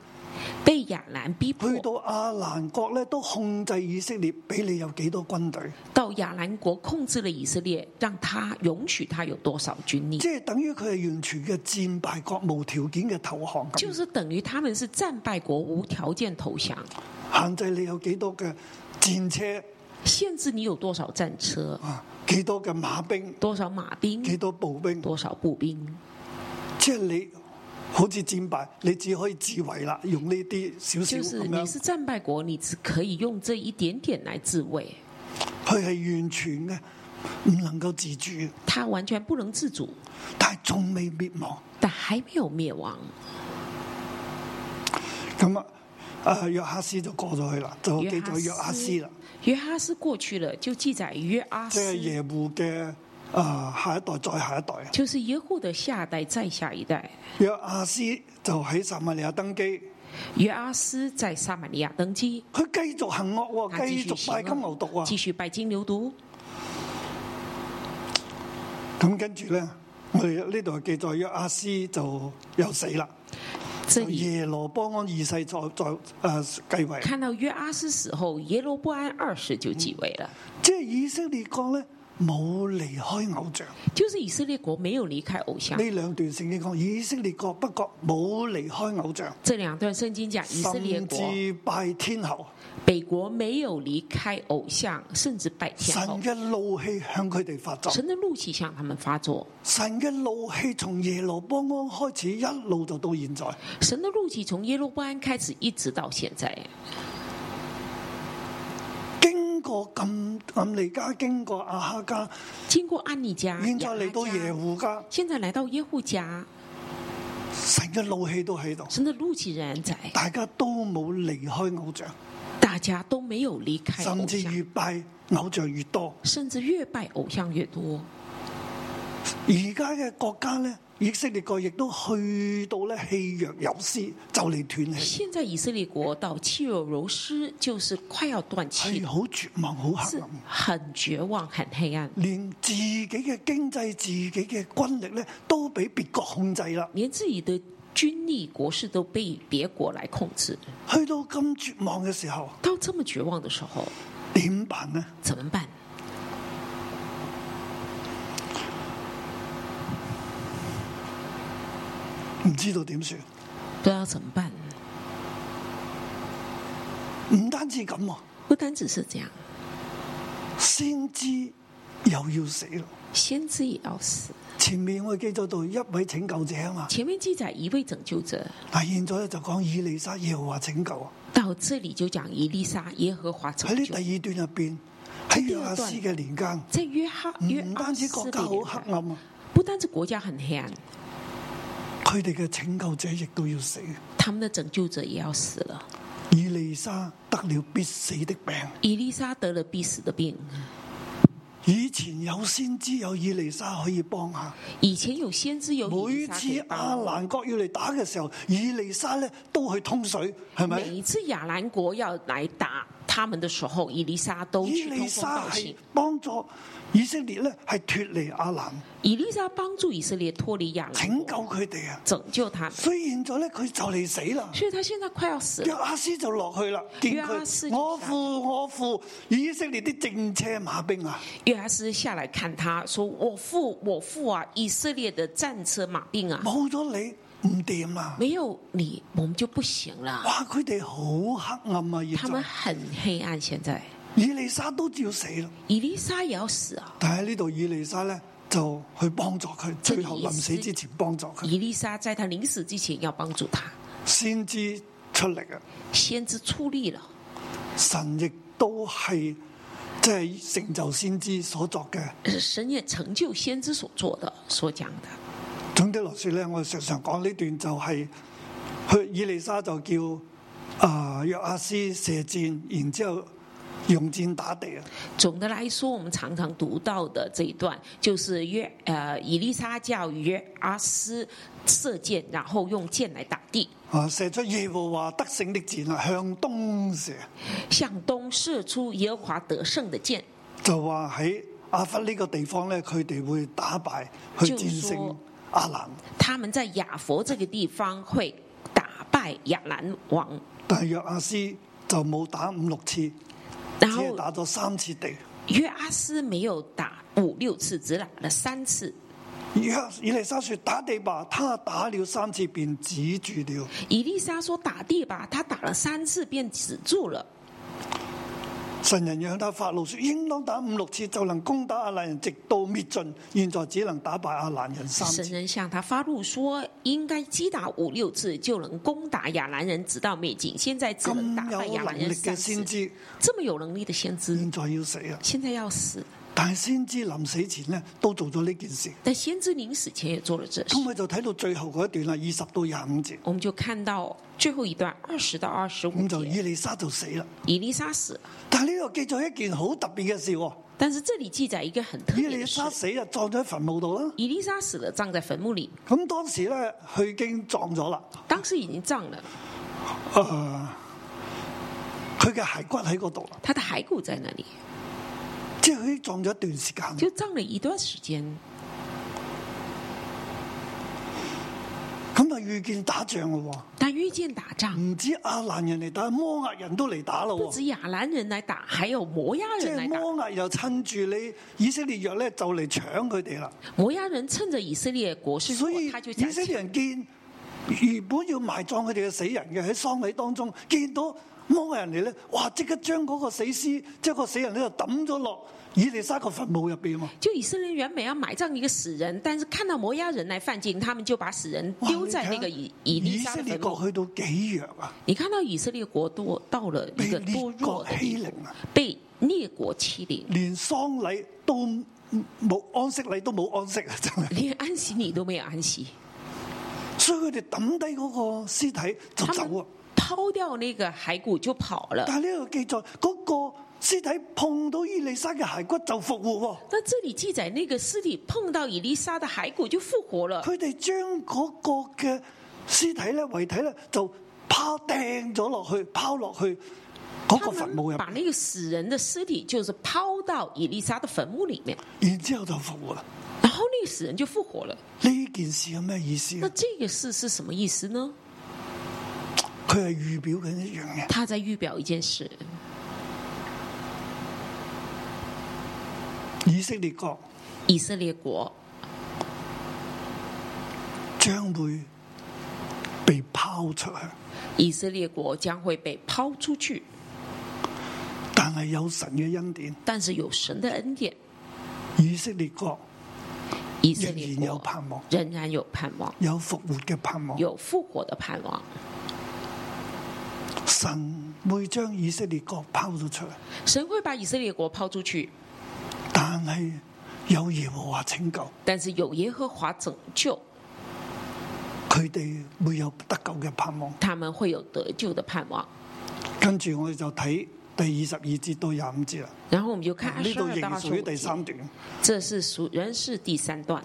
S3: 被亚兰逼迫
S2: 去到阿蘭國咧，都控制以色列，俾你有幾多軍隊？
S3: 到亚兰国控制了以色列，让他容许他有多少军力
S2: 即，係等於佢係完全嘅戰敗國，無條件嘅投降
S3: 就
S2: 咁，
S3: 是等于他们是战败国，无条件投降，
S2: 限制你有幾多嘅戰車
S3: 限制你有多少战车、
S2: 啊，幾多嘅馬兵，
S3: 多少马
S2: 幾
S3: 兵、
S2: 多步兵，
S3: 多少步兵，
S2: 即係你好似戰敗，你只可以自衛啦，用呢啲少少
S3: 就是
S2: 咁
S3: 你
S2: 樣，
S3: 是战败国，你只可以用这一点点来自卫，
S2: 佢係完全嘅唔能夠自主，
S3: 他完全不能自主，
S2: 但係仲未滅亡。
S3: 但还没有灭亡。
S2: 咁啊，誒約哈斯就過咗去啦，就記咗約哈斯啦。
S3: 约哈斯过去了，就记载约阿
S2: 即係
S3: 斯，
S2: 耶户嘅啊下一代再下一代啊。
S3: 就是耶户的下代再下一代。
S2: 約亞斯就喺撒瑪利亞登基，
S3: 约阿斯在撒玛利亚登基，
S2: 佢繼續行惡喎，
S3: 他继
S2: 啊繼
S3: 续
S2: 續拜
S3: 行
S2: 金牛犢
S3: 恶，
S2: 啊
S3: 继。续拜金牛犊。
S2: 咁跟住咧，我哋呢度記載約亞斯就又死啦，
S3: 这
S2: 就
S3: 里
S2: 耶羅波安二世再再誒繼位。
S3: 看到约阿斯死后，耶罗波安二世就继位了，
S2: 即係以色列國咧冇離開偶像。
S3: 就是以色列国没有离开偶像。
S2: 呢兩段聖經講以色列國北國冇離開偶像，
S3: 这两段圣经讲以色列
S2: 甚
S3: 国
S2: 至拜天后。
S3: 北国没有离开偶像，甚至拜天
S2: 神
S3: 后。
S2: 嘅怒氣向佢哋發作，
S3: 神的怒气向他们发作，
S2: 神嘅怒氣從耶路波安開始，一路就到現在。
S3: 神的怒气从耶路巴安开始，一直到现在。
S2: 經過咁暗利家，經過阿哈家，
S3: 经过安妮家，
S2: 現在嚟到
S3: 嗯亚哈家
S2: 耶户家，
S3: 现在来到耶户家，
S2: 神嘅怒氣都喺度，
S3: 神的怒气仍然在，
S2: 大家都冇離開偶像，
S3: 大家都没有离开
S2: 甚
S3: 偶
S2: 至越
S3: 像，
S2: 拜偶像越多。
S3: 甚至越拜偶像越多。
S2: 而家嘅國家咧，以色列國亦都去到咧氣若游絲，就嚟斷氣，
S3: 现在以色列国到气若游丝，就是快要断气
S2: 係
S3: 了，
S2: 好絕望、好黑
S3: 是
S2: 暗。
S3: 很绝望、很黑暗，
S2: 連自己嘅經濟、自己嘅軍力咧，都俾別國控制啦。
S3: 连自己的军力、国势都被别国来控制。
S2: 去到咁絕望嘅時候，
S3: 到这么绝望的时候，
S2: 點辦呢？
S3: 怎么办？
S2: 唔知道點算。
S3: 不知道怎么办。
S2: 唔單止咁啊，
S3: 不单只是这样，
S2: 先知又要死咯。
S3: 先知也要死。
S2: 前面我記咗到一位拯救者啊嘛，
S3: 前面记载一位拯救者，
S2: 嗱，現在咧就講以利沙耶和華拯救啊。
S3: 到这里就讲以利沙、耶和华
S2: 喺
S3: 拯
S2: 呢
S3: 救。
S2: 第二段入邊，喺約亞斯嘅年間，
S3: 在约哈约
S2: 唔
S3: 阿
S2: 單止
S3: 斯
S2: 國
S3: 的
S2: 家好
S3: 年
S2: 黑
S3: 代，
S2: 暗啊，
S3: 不单是国家很黑暗，
S2: 佢哋嘅拯救者亦都要死。
S3: 他们的拯救者也要死了。
S2: 以利沙得了必死的病。
S3: 以利沙得了必死的病。
S2: 以前有先知有以利沙可以幫下，
S3: 以前有先知有以
S2: 每
S3: 利沙可以
S2: 次阿
S3: 帮忙
S2: 蘭國要嚟打嘅時候，以利沙咧都去通水，係
S3: 每
S2: 咪？
S3: 一次亚兰国要来打他们的时候，以利沙都
S2: 以
S3: 去
S2: 利
S3: 通风
S2: 沙
S3: 报
S2: 係
S3: 信。
S2: 幫助以色列咧係脱離阿蘭，
S3: 以利沙帮助以色列脱离亚兰
S2: 拯
S3: 国，
S2: 救佢哋啊！
S3: 拯救他们。
S2: 所以現在咧佢就嚟死啦。
S3: 所以他现在快要死
S2: 約
S3: 了。
S2: 阿斯就落去啦，見
S3: 約阿斯
S2: 佢，
S3: 就
S2: 我父我父，以色列啲正車馬兵啊！
S3: 约阿斯下来看他说：“我父，我父啊！以色列的战车马兵啊，
S2: 冇咗你唔掂啊！
S3: 没有你我们就不行了。
S2: 哇！佢哋好黑暗啊！現
S3: 他
S2: 在
S3: 们很黑暗。现在
S2: 以利沙都要死啦，
S3: 以利沙也要死啊！
S2: 但係呢度以利沙咧就去幫助佢，
S3: 即係
S2: 最後臨死之前幫助佢。
S3: 以利沙在他临死之前要帮助他。
S2: 先知出力啊！
S3: 先知出力了，
S2: 神亦都係即係成就先知所作嘅。
S3: 神也成就先知所做的、所讲的。
S2: 總的來說咧，我哋常常講呢段就係、去以利沙就叫啊約阿斯射箭，然之後用箭打地啊。
S3: 总的来说，我们常常读到的这一段，就是约呃，以利沙叫约阿斯射箭，然后用箭来打地，
S2: 啊！射出耶和華得勝的箭啊，向東射，
S3: 向东射出耶和华得胜的箭，
S2: 就話喺阿弗呢個地方咧，佢哋會打敗去
S3: 就
S2: 戰勝
S3: 說
S2: 阿蘭。
S3: 他们在亚佛这个地方会打败亚兰王，
S2: 但係約阿斯就冇打五六次，只
S3: 然后
S2: 係打咗三次地。
S3: 约阿斯没有打五六次，只打了三次。
S2: 以以利沙說：打地吧，他打了三次，便止住了。
S3: 以利沙说打地吧，他打了三次便止住了。
S2: 神人讓他發怒，說：應當打五六次就能攻打亞蘭人，直到滅盡。現在只能打敗亞蘭人三
S3: 神
S2: 次。
S3: 人向他发怒说，应该击打五六次就能攻打亚兰人，直到灭尽。现在只能打
S2: 咁
S3: 败
S2: 有
S3: 亚
S2: 能
S3: 兰
S2: 力
S3: 人
S2: 嘅
S3: 三
S2: 先
S3: 次。嗯
S2: 知，
S3: 这么有能力的先知
S2: 現，在要死啊！
S3: 现在要死。
S2: 但係先知臨死前呢，都做咗呢件事。
S3: 但先知临死前也做了这事
S2: 咁。佢就睇到最後嗰一段啦，二十到廿五節，
S3: 我们就看到最后一段二十到二十五
S2: 咁就
S3: 节，
S2: 以利沙就死啦。
S3: 以利沙死了。
S2: 但係呢度記載一件好特別嘅事喎，
S3: 但是这里记载一个很特
S2: 以
S3: 别
S2: 利
S3: 的事
S2: 沙：死啊，葬咗喺墳墓度啦。
S3: 以利沙死了，葬在坟墓里，
S2: 咁當時咧，佢已經葬咗啦，
S3: 当时已经葬了，
S2: 誒、佢嘅骸骨喺嗰度啦，
S3: 他的骸骨在那里，
S2: 即係佢已經葬咗一段時間。
S3: 就葬了一段时间。
S2: 咁啊遇見打仗咯
S3: 但遇见打
S2: 喎，
S3: 仗，
S2: 唔止亞蘭人嚟打，摩押人都嚟打咯
S3: 不
S2: 喎。
S3: 止亚兰人来打，还有摩押
S2: 即
S3: 人来
S2: 係
S3: 打。
S2: 摩押又趁住你以色列弱咧，就嚟搶佢哋啦。
S3: 摩押人趁着以色列国势弱
S2: 所以，
S3: 他就
S2: 以
S3: 讲
S2: 色列人見原本要埋葬佢哋嘅死人嘅喺喪禮當中，見到咁啊人哋咧，哇！即刻將嗰個死屍，即係個死人呢就抌咗落以利沙個墳墓入邊喎。
S3: 就以色列原本要埋葬一个死人，但是看到摩押人来犯境，他们就把死人
S2: 哇
S3: 丢在
S2: 你睇
S3: 那个以以利
S2: 以
S3: 沙
S2: 色
S3: 的
S2: 列
S3: 坟
S2: 國
S3: 墓。
S2: 去到幾弱啊，
S3: 你看到以色列国多到了一
S2: 被
S3: 个
S2: 列
S3: 多弱
S2: 國
S3: 的
S2: 欺
S3: 地
S2: 凌
S3: 步，
S2: 啊，
S3: 被列国欺凌，
S2: 連喪禮都冇安息禮都冇安息啊，真係。
S3: *laughs* 连安息你都没有安息。
S2: 所以佢哋抌低嗰個屍體就
S3: 他呃
S2: 走
S3: 们
S2: 啊。
S3: 抛掉那个骸骨就跑了。
S2: 但係呢度記載嗰、個屍體碰到伊麗莎嘅骸骨就復活
S3: 那这里记载那个尸体碰到以利沙的骸骨就复活了
S2: 喎，，佢哋將嗰個嘅屍體咧、遺體咧就拋掟咗落去，拋落去嗰個
S3: 他
S2: 墳墓入
S3: 们把
S2: 邊，
S3: 那个死人的尸体就是抛到以利沙的坟墓里面，
S2: 然之後就復活啦。
S3: 然后那个死人就复活了。
S2: 呢件事有咩意思
S3: 那
S2: 啊？
S3: 这个事是什么意思呢？
S2: 佢係預表緊一樣嘢，
S3: 他在预表一件事：
S2: 以色列國
S3: 以色列国
S2: 將會被拋出去，
S3: 以色列国将会被抛出去，
S2: 但係有神嘅恩典，
S3: 但是有神的恩典，
S2: 以色列國
S3: 以色
S2: 仍
S3: 列
S2: 然有
S3: 国
S2: 盼望，
S3: 仍然有盼望，
S2: 有復活嘅盼望。
S3: 有复活的盼望。
S2: 神會將以色列國拋咗出嚟，
S3: 神会把以色列国抛出去，
S2: 但係有耶和華拯救，
S3: 但是有耶和华拯救，
S2: 佢哋會有得救嘅盼望。
S3: 他们会有得救的盼望。
S2: 跟住我哋就睇第二十二節到廿五節啦。
S3: 然后我们就看二
S2: 呢
S3: 十
S2: 度
S3: 二
S2: 仍
S3: 到
S2: 然
S3: 二十
S2: 屬於
S3: 五
S2: 第三
S3: 节，
S2: 段。
S3: 这是属仍是第三段。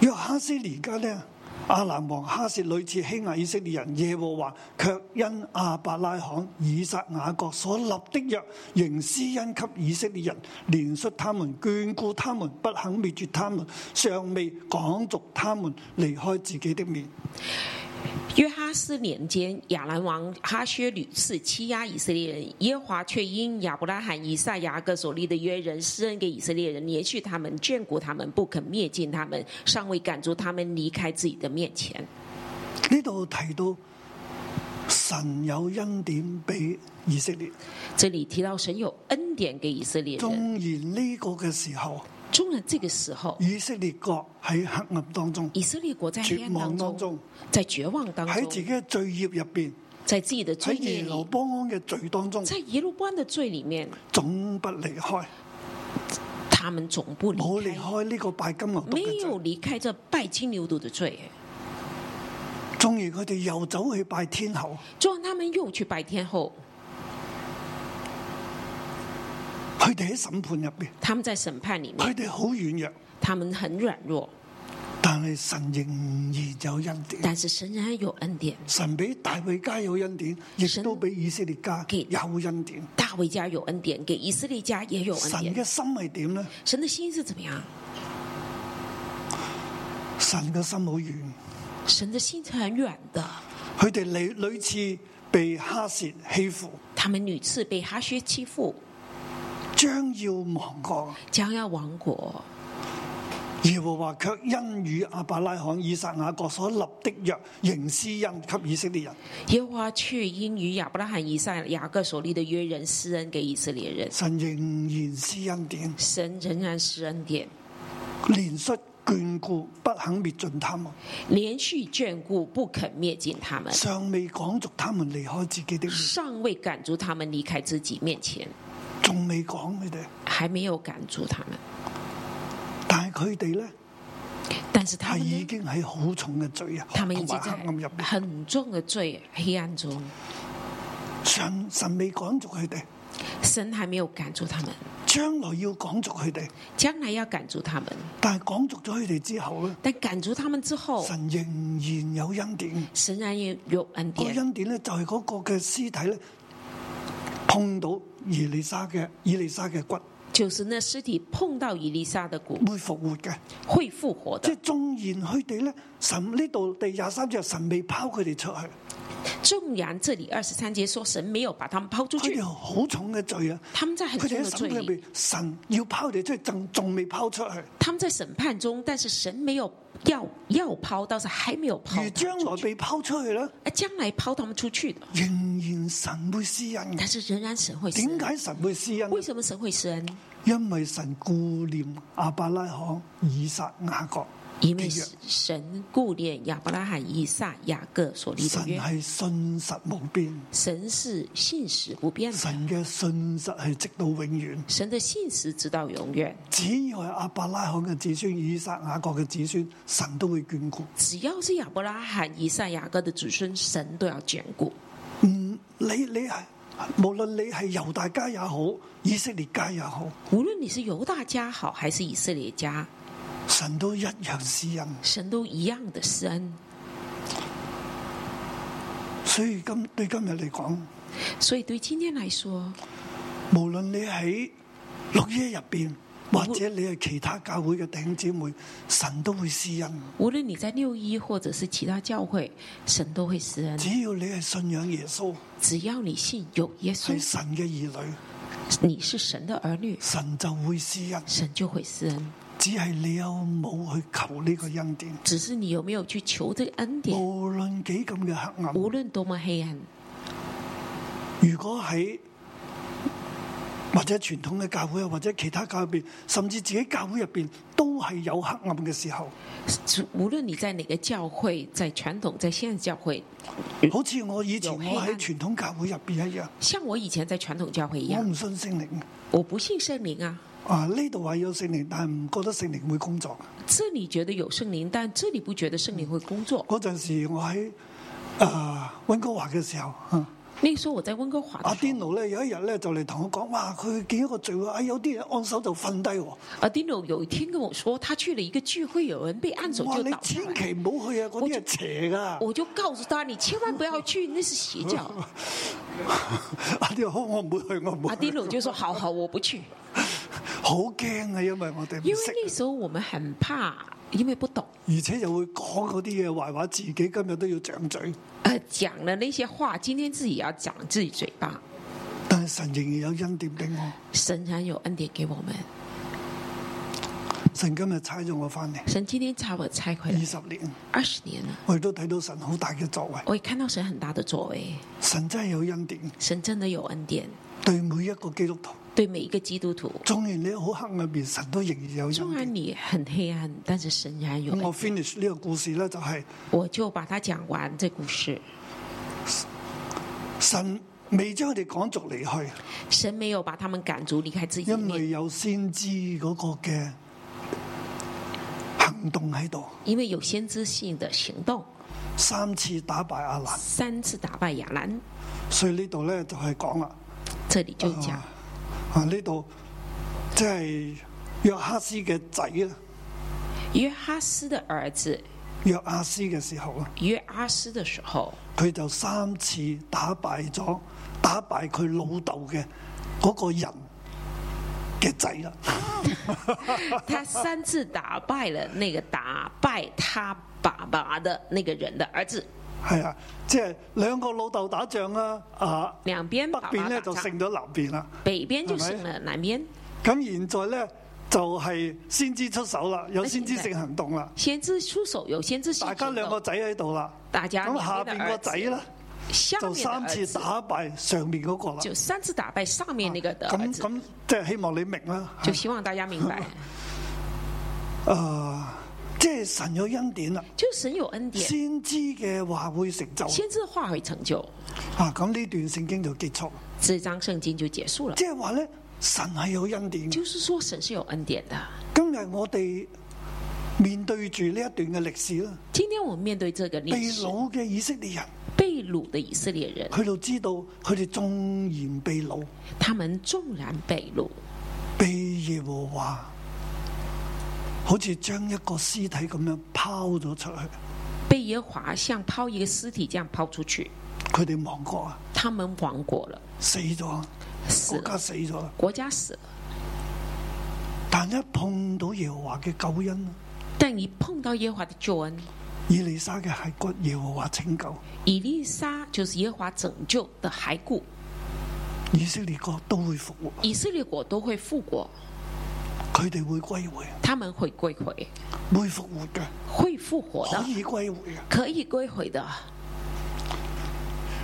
S2: 約哈斯尼家呢，亞蘭王哈薛屢次欺壓以色列人，耶和華卻因亞伯拉罕、以撒、雅各所立的約，仍施恩給以色列人，憐恤他們，眷顧他們，不肯滅絕他們，尚未趕逐他們離開自己的面。
S3: 约哈斯年间，亚兰王哈薛屡次欺压以色列人，耶和华却因亚伯拉罕、以撒、雅各所立的约人施恩给以色列人，连续他们，眷顾他们，不肯灭尽他们，尚未赶逐他们离开自己的面前。
S2: 呢度提到神有恩典俾以色列，
S3: 这里提到神有恩典给以色列
S2: 縱
S3: 人，
S2: 然呢個嘅時候，
S3: 纵然这个时候，
S2: 以色列國喺黑暗當中，
S3: 以色列国在黑
S2: 絕
S3: 暗
S2: 望當
S3: 当中，
S2: 中，
S3: 在绝望当
S2: 喺自己
S3: 中，
S2: 嘅罪孽入邊，
S3: 在自己的罪
S2: 喺
S3: 孽
S2: 耶路
S3: 里，
S2: 波安嘅罪當中，
S3: 在耶路关的罪里面，
S2: 總不離開，
S3: 他们总不
S2: 冇
S3: 离
S2: 離
S3: 开，
S2: 開呢個拜金牛犢
S3: 没
S2: 嘅
S3: 有
S2: 罪。
S3: 离开这拜金牛犊的罪。
S2: 縱然佢哋又走去拜天后，
S3: 就啊让他们又去拜天后，
S2: 佢哋喺審判入邊，
S3: 他们在审判里
S2: 佢
S3: 面，
S2: 哋好軟弱，
S3: 他们很软弱，
S2: 但係神仍然有恩典。
S3: 但是神仍然有恩典。
S2: 神俾大衛家有恩典，亦
S3: 神
S2: 都俾以色列家
S3: 給
S2: 有恩典。
S3: 大卫家有恩典，给以色列家也有恩
S2: 神
S3: 典。
S2: 嘅心係點呢？
S3: 神的心是怎么样？
S2: 神嘅心好軟，
S3: 神的心是很软的。
S2: 佢哋屢屡次被哈薛欺負，
S3: 他们屡次被哈薛欺负，
S2: 將要亡國。
S3: 将要亡国。
S2: 耶和華卻因與亞伯拉罕、以撒、雅各所立的約，仍施恩給以色列人。
S3: 耶和华却因与亚伯拉罕、以撒、雅各所立的约人施恩给以色列人，
S2: 神仍然施恩典，
S3: 神仍然施恩典，
S2: 憐恤眷顧，不肯滅盡他們，
S3: 连续眷顾，不肯灭尽他们，
S2: 尚未趕逐他們離開自己的面，
S3: 尚未赶逐他们离开自己面前。
S2: 仲未講佢哋，
S3: 还没有赶逐他们，
S2: 但係佢哋咧
S3: 但是他
S2: 係
S3: 们
S2: 已
S3: 呢？
S2: 經喺好重嘅罪啊，
S3: 他
S2: 同
S3: 们
S2: 埋
S3: 已经
S2: 黑暗入
S3: 在
S2: 面。
S3: 很重的罪黑暗中，
S2: 神神未趕逐佢哋，
S3: 神还没有赶逐他们，
S2: 將來要趕逐佢哋，
S3: 将来要赶逐他们。
S2: 但係趕逐咗佢哋之後咧，
S3: 但赶逐他们之后，
S2: 神仍然有恩典。
S3: 神然也有恩
S2: 個
S3: 典。
S2: 恩典咧就係嗰個嘅屍體咧碰到以利沙嘅以利沙嘅骨
S3: 就是那尸体碰到以利沙的骨
S2: 會復活嘅，
S3: 会复活
S2: 即
S3: 的
S2: 係。縱然佢哋咧神呢度第廿三節神未拋佢哋出去，
S3: 纵然这里二十三节说神没有把他们抛出
S2: 佢
S3: 去
S2: 哋，好重嘅罪啊！
S3: 他们在很
S2: 哎佢哋喺審
S3: 重的罪
S2: 判入邊，
S3: 里，
S2: 神要拋佢哋出去，仲仲未拋出去，
S3: 他们在审判中，但是神没有要要抛，但是还没有抛
S2: 而將來被拋出去咧，
S3: 啊，将来抛他们出去的。
S2: 仍然神會施恩嘅
S3: 但。是仍然神会施
S2: 點
S3: 恩。
S2: 解神會施恩呢？
S3: 为什么神会施恩？
S2: 因為神顧念亞伯拉罕、以撒、雅各
S3: 因为
S2: 嘅約。
S3: 神顾念亚伯拉罕、以撒、雅各所立
S2: 神啊
S3: 的约，
S2: 係信實無邊，
S3: 神是信实不变的，
S2: 神嘅信實係直到永遠。
S3: 神的信实直到永远。
S2: 只要係亞伯拉罕嘅子孫、以撒、雅各嘅子孫，神都會眷顧。
S3: 只要是亚伯拉罕、以撒、雅各的子孙，神都要眷顾。
S2: 嗯，你你係無論你係猶大家也好，以色列家也好，
S3: 无论你是犹大家好还是以色列家，
S2: 神都一樣施恩。
S3: 神都一样的施恩。
S2: 所以今對今日嚟講，
S3: 所以对今天来說，
S2: 無論你喺六一入邊，或者你係其他教會嘅弟兄姊妹，神都會施恩。
S3: 无论你在六一或者是其他教会，神都会施恩。
S2: 只要你係信仰耶穌，
S3: 只要你信有耶
S2: 係
S3: 稣，
S2: 神嘅兒女，
S3: 你是神的儿女，
S2: 神就會施恩。
S3: 神就会施恩。
S2: 只係你有冇去求呢個恩典？
S3: 只是你有没有去求这个恩典，
S2: 無論幾咁嘅黑暗，
S3: 无论多么黑暗。
S2: 如果喺或者傳統嘅教會啊，或者其他教會入邊，甚至自己教會入邊，都係有黑暗嘅時候。
S3: 无论你在哪个教会，在传统，在现在教会，嗯
S2: 好似我以前
S3: 有
S2: 我
S3: 黑
S2: 喺
S3: 暗
S2: 傳統教會入邊一樣，
S3: 像我以前在传统教会一
S2: 我
S3: 样，
S2: 唔信聖靈。
S3: 我不信圣灵啊。
S2: 啊，呢度話有聖靈，但係唔覺得聖靈會工作。
S3: 这里觉得有圣灵，但这里不觉得圣灵会工作。
S2: 嗰陣時我喺啊温哥華嘅時候，
S3: 嗯
S2: 啊
S3: 那时候我在温哥华
S2: 阿
S3: 的时
S2: 邊
S3: 候，
S2: 奴咧有一日咧就嚟同我講，哇！佢見一個聚會，啊有啲人按手就瞓低喎。
S3: 阿丁诺有一天跟我说，他去了一个聚会，有人被按手
S2: 哇！
S3: 就
S2: 你
S3: 倒下
S2: 千
S3: 来。
S2: 祈唔好去啊，嗰啲係邪噶。
S3: 我就告诉他，你千万不要去，那是邪
S2: *laughs*
S3: 教。
S2: 阿啲好，我唔會去，我唔會
S3: 阿丁
S2: 去。
S3: 诺就说：“好好，我不去，
S2: 好驚啊，因為我哋
S3: 因
S2: 唔
S3: 为
S2: 識，
S3: 那时候我们很怕，因为不懂，
S2: 而且又會講嗰啲嘅壞話，自己今日都要掌嘴。
S3: 呃，讲了那些话，今天自己也要讲自己嘴巴。
S2: 但係神仍然有恩典俾我，
S3: 神然有恩典给我们，
S2: 神今日差咗我翻嚟
S3: 神今天差我拆回
S2: 二
S3: 来
S2: 十年，
S3: 二十年了，
S2: 我亦都睇到神好大嘅作為。
S3: 我也看到神很大的作为，
S2: 神真係有恩典，
S3: 神真的有恩典，
S2: 對每一個基督徒。
S3: 对每一个基督徒。
S2: 縱然你好黑暗面，神都仍然有
S3: 纵
S2: 恩
S3: 然
S2: 典。
S3: 你很黑暗，但是神然有
S2: 咁我
S3: 恩。
S2: finish 呢個故事咧，就係
S3: 我就把它讲完这故事。
S2: 神未將佢哋趕逐離去，
S3: 神没有把他们赶逐离开自己的
S2: 因
S3: 面，
S2: 為有先知嗰個嘅行動喺度，
S3: 因为有先知性的行动。
S2: 三次打敗阿蘭，
S3: 三次打败亚兰，
S2: 所以呢度咧就係講啦，
S3: 这里就讲
S2: 啊呢度即係約哈斯嘅仔啊，
S3: 约哈斯的儿子
S2: 約阿斯嘅時候啊，
S3: 约阿斯的时候，
S2: 佢就三次打敗咗打敗佢老豆嘅嗰個人嘅仔啦。
S3: 他三次打败了那个打败他爸爸的那个人的儿子，
S2: 系啊，即係兩個老豆打仗啦，啊，
S3: 两边
S2: 北
S3: 爸
S2: 邊
S3: 爸
S2: 咧
S3: 打
S2: 就
S3: 仗，
S2: 勝咗南邊啦。
S3: 北边就胜了南边。
S2: 咁現在咧就係先知出手啦，有先知性行動啦，
S3: 先知出手，有先知性
S2: 大家
S3: 行
S2: 兩個
S3: 动。
S2: 仔喺度啦。
S3: 大家
S2: 咁下
S3: 两边
S2: 邊
S3: 的儿
S2: 個
S3: 子
S2: 仔，咧
S3: 下
S2: 就
S3: 面的
S2: 三
S3: 儿
S2: 次
S3: 子
S2: 打敗上面嗰個啦。
S3: 就三次打败上面那个的儿
S2: 啊咁
S3: 子，
S2: 咁即係希望你明啦。
S3: 就希望大家明
S2: *laughs*
S3: 白，
S2: 啊，即係神有恩典啦，
S3: 就神有恩典，
S2: 先知嘅話會成就。
S3: 先知的话会成就。
S2: 啊，咁呢段聖經就結束，
S3: 这章圣经就结束了。
S2: 即係話咧神係有恩典嘅。
S3: 就是说，神是有恩典的。
S2: 今日我哋面對住呢一段嘅歷史啦，
S3: 今天我们面对这个
S2: 被
S3: 历史，
S2: 掳嘅以色列人，
S3: 被掳的以色列人，
S2: 佢就知道佢哋縱然被掳，
S3: 他们纵然被掳，
S2: 被耶和華好似將一個屍體咁樣拋咗出去，
S3: 被耶和华像抛一个尸体这样抛出去，
S2: 佢哋亡國啊，
S3: 他们亡国了，
S2: 死咗，啊
S3: 死
S2: 國
S3: 了，
S2: 家死咗啦。
S3: 国家死了。
S2: 但一碰到耶和華嘅救恩，
S3: 但一碰到耶和华的救恩，
S2: 以利沙嘅骸骨，耶和華拯救，
S3: 以利沙就是耶和华拯救的骸骨，
S2: 以色列國都會復活。
S3: 以色列国都会复国。
S2: 佢哋會歸回，
S3: 他们会归回，
S2: 會復活嘅，
S3: 会复活的
S2: 可，以歸回嘅，
S3: 可以归回的，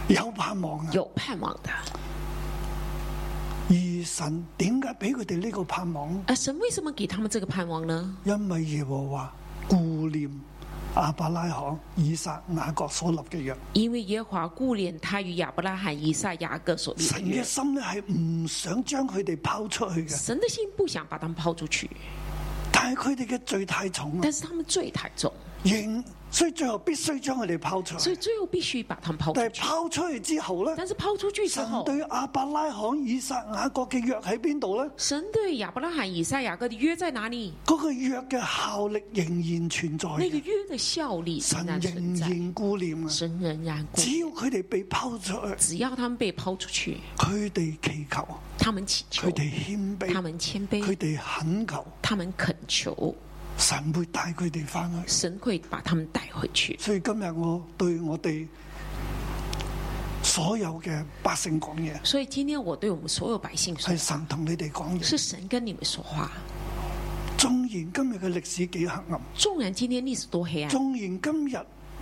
S2: 有盼望嘅。
S3: 有盼望的。
S2: 而神點解俾佢哋呢個盼望呢？
S3: 啊，神為什麼給他們這個盼望呢？
S2: 因為耶和華顧念亞伯拉罕、以撒、雅各所立嘅約，
S3: 因為耶和華顧念他與亞伯拉罕、以撒、雅各所立的
S2: 神嘅
S3: 約。
S2: 心咧係唔想將佢哋拋出去嘅，
S3: 神的心不想把他們拋出去，
S2: 但係佢哋嘅罪太重啦
S3: 但，是他們罪太重，
S2: 仍所以最後必須將佢哋拋出
S3: 所以
S2: 去。
S3: 最後必須把他們拋
S2: 但係
S3: 出去。
S2: 拋出去之後 *laughs* 咧，
S3: 但是拋出去之
S2: 神
S3: 後，
S2: 對亞伯拉罕、以撒、雅各嘅約喺邊度咧？
S3: 神對亞伯拉罕、以撒、雅各的約在哪裡？
S2: 嗰、個約嘅效力仍然存在
S3: 那個
S2: 嘅，
S3: 約的效力
S2: 哎神
S3: 仍然存
S2: 仍
S3: 在，
S2: 然顧念啊！
S3: 神仍然顧
S2: 只
S3: 念。
S2: 要佢哋被拋出去，
S3: 只要他們被拋出去，
S2: 佢哋祈求，
S3: 他們祈求
S2: 佢，哋謙
S3: 他
S2: 卑，
S3: 們謙
S2: 佢
S3: 卑，
S2: 哋懇求，
S3: 他們懇求，
S2: 神會帶佢哋翻去。
S3: 神會把他們帶回去。
S2: 所以今日我對我哋所有嘅百姓講嘢，
S3: 所以今天我對我們所有百姓說
S2: 係，神同你哋講嘢。
S3: 是神跟你們說話。
S2: 縱然今日嘅歷史幾黑暗，
S3: 纵然今天历史多黑暗，
S2: 縱然今日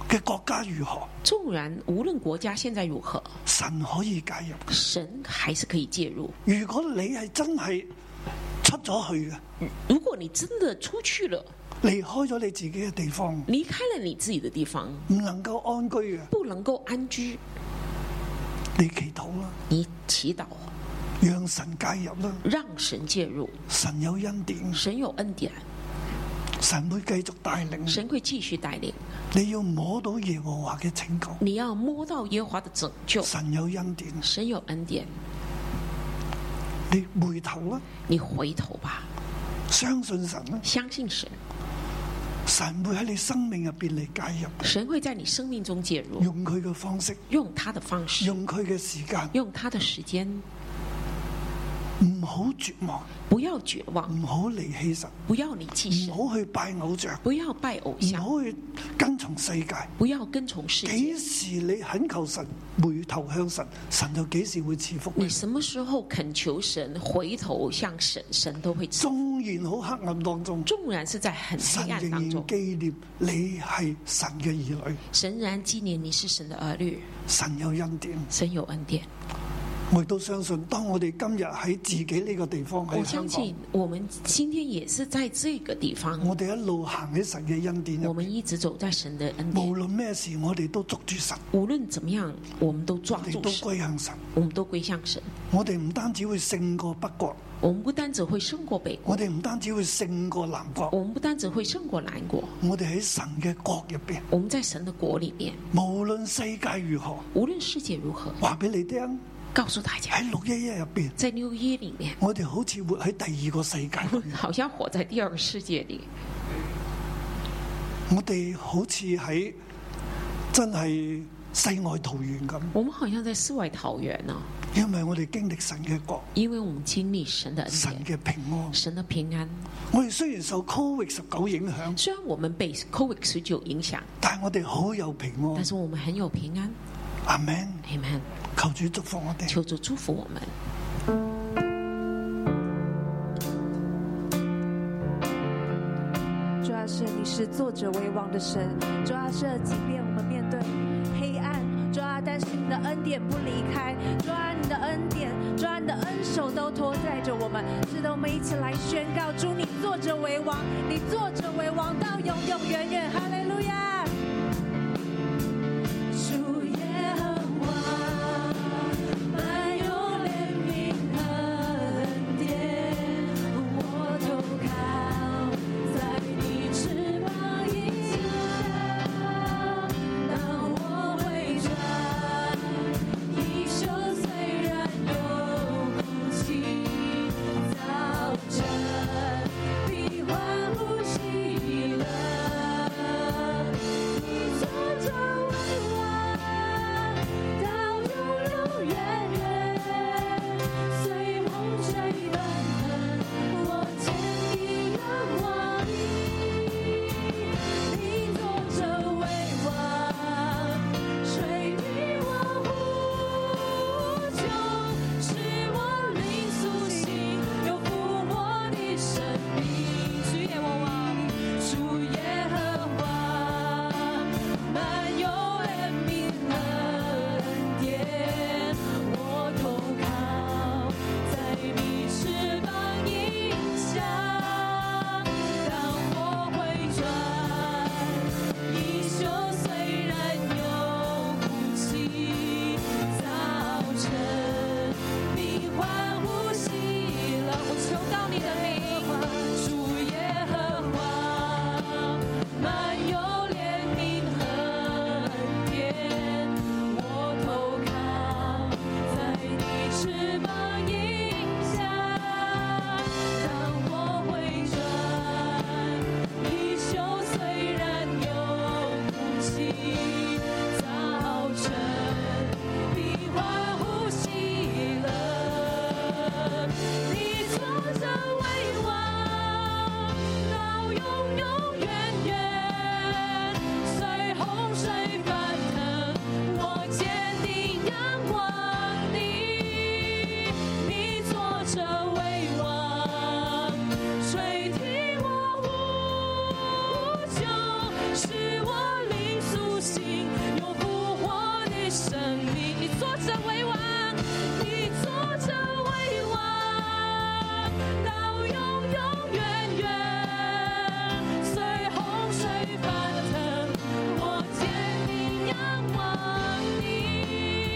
S2: 嘅國家如何，
S3: 纵然无论国家现在如何，
S2: 神可以介入。
S3: 神还是可以介入。
S2: 如果你係真係出咗去嘅，
S3: 如果你真的出去了，
S2: 離開咗你自己嘅地方，
S3: 离开了你自己的地方，
S2: 唔能夠安居嘅，
S3: 不能够安居，
S2: 你祈禱啦，
S3: 你祈祷，
S2: 讓神介入啦。
S3: 让神介入。
S2: 神有恩典，
S3: 神有恩典，
S2: 神會繼續帶領。
S3: 神会继续带领。
S2: 你要摸到耶和華嘅拯救，
S3: 你要摸到耶和华的拯救，
S2: 神有恩典，
S3: 神有恩典，
S2: 你回頭啦，
S3: 你回头吧，
S2: 相信神啦，
S3: 相信神，
S2: 神會喺你生命入邊嚟介入，
S3: 神会在你生命中介入，
S2: 用佢嘅方式，
S3: 用他的方式，
S2: 用佢嘅時間，
S3: 用他的时间，
S2: 唔好絕望，
S3: 不要绝望，
S2: 唔好離棄神，
S3: 不要离弃神。
S2: 唔好去拜偶像，
S3: 不要拜偶
S2: 唔
S3: 像，
S2: 好去跟從世界。
S3: 不要跟从世界。
S2: 幾時你懇求神，回頭向神，神就幾時會賜福你
S3: 你。什么时候恳求神，回头向神，神都会知。
S2: 縱然好黑暗當中，
S3: 纵然是在很
S2: 神
S3: 黑
S2: 仍
S3: 暗当
S2: 然
S3: 中，
S2: 紀念你係神嘅兒女，
S3: 神仍然纪念你是神的儿女，
S2: 神有恩典。
S3: 神有恩典。
S2: 我亦都相信，當我哋今日喺自己呢個地方
S3: 我
S2: 喺香
S3: 相信
S2: 港，
S3: 我们今天也是在这个地方，
S2: 我哋一路行喺神嘅恩典
S3: 我
S2: 入
S3: 们
S2: 面，
S3: 一直走在神的恩
S2: 無
S3: 典。
S2: 論咩事，我哋都捉住神，
S3: 无论怎么样，我们都抓
S2: 我哋
S3: 住
S2: 都
S3: 神，
S2: 歸向神。
S3: 我们都归向神。
S2: 我哋唔單止會勝過北國，
S3: 我们不单只会胜过北国，
S2: 我哋唔單止會勝過南國，
S3: 我们不单只会胜过南国，
S2: 我哋喺神嘅國入邊，
S3: 我们在神的国里面，
S2: 無論世界如何，
S3: 无论世界如何，
S2: 話俾你聽。
S3: 告诉大家，
S2: 喺六一一入邊，
S3: 在六一里面。
S2: 我哋好似活喺第二個世界，
S3: 我好像活在第二个世界里，
S2: 我哋好似喺真係世外桃源咁，
S3: 我们好像在世外桃源呢、
S2: 因為我哋經歷神嘅國、
S3: 因为我们经历神的恩
S2: 神
S3: 典、
S2: 嘅平安。
S3: 神的平安。
S2: 我哋雖然受 Covid 十九影響，
S3: 虽然我们被 COVID 十九影响，
S2: 但係我哋好有平
S3: 但
S2: 安。
S3: 是我们很有平安。
S2: 阿 Man，
S3: Amen。
S2: 求主祝福我哋。
S3: 求主祝福我们。
S4: 主啊，是你是作者为王的神。主啊，是即便我们面对黑暗，主啊，但是你的恩典不离开。主啊，你的恩典，主啊，你的恩手都托载着我们。是的，我们一起来宣告：主，你作者为王，你作者为王到永永远远。哈利路亚！主耶和华。满有怜悯和恩典，我投靠在你翅膀荫下。当我回转，衣袖虽然有哭泣，早晨必欢呼喜乐。
S5: 早晨，你欢呼喜乐，你从这为王到永永远远，随洪水翻腾，我坚定仰望你，你坐着为王，垂听我呼救，使我灵苏醒，有复活的生命。你坐着为王，你坐着为王，到永永远远，随洪水翻腾，我坚定仰望你，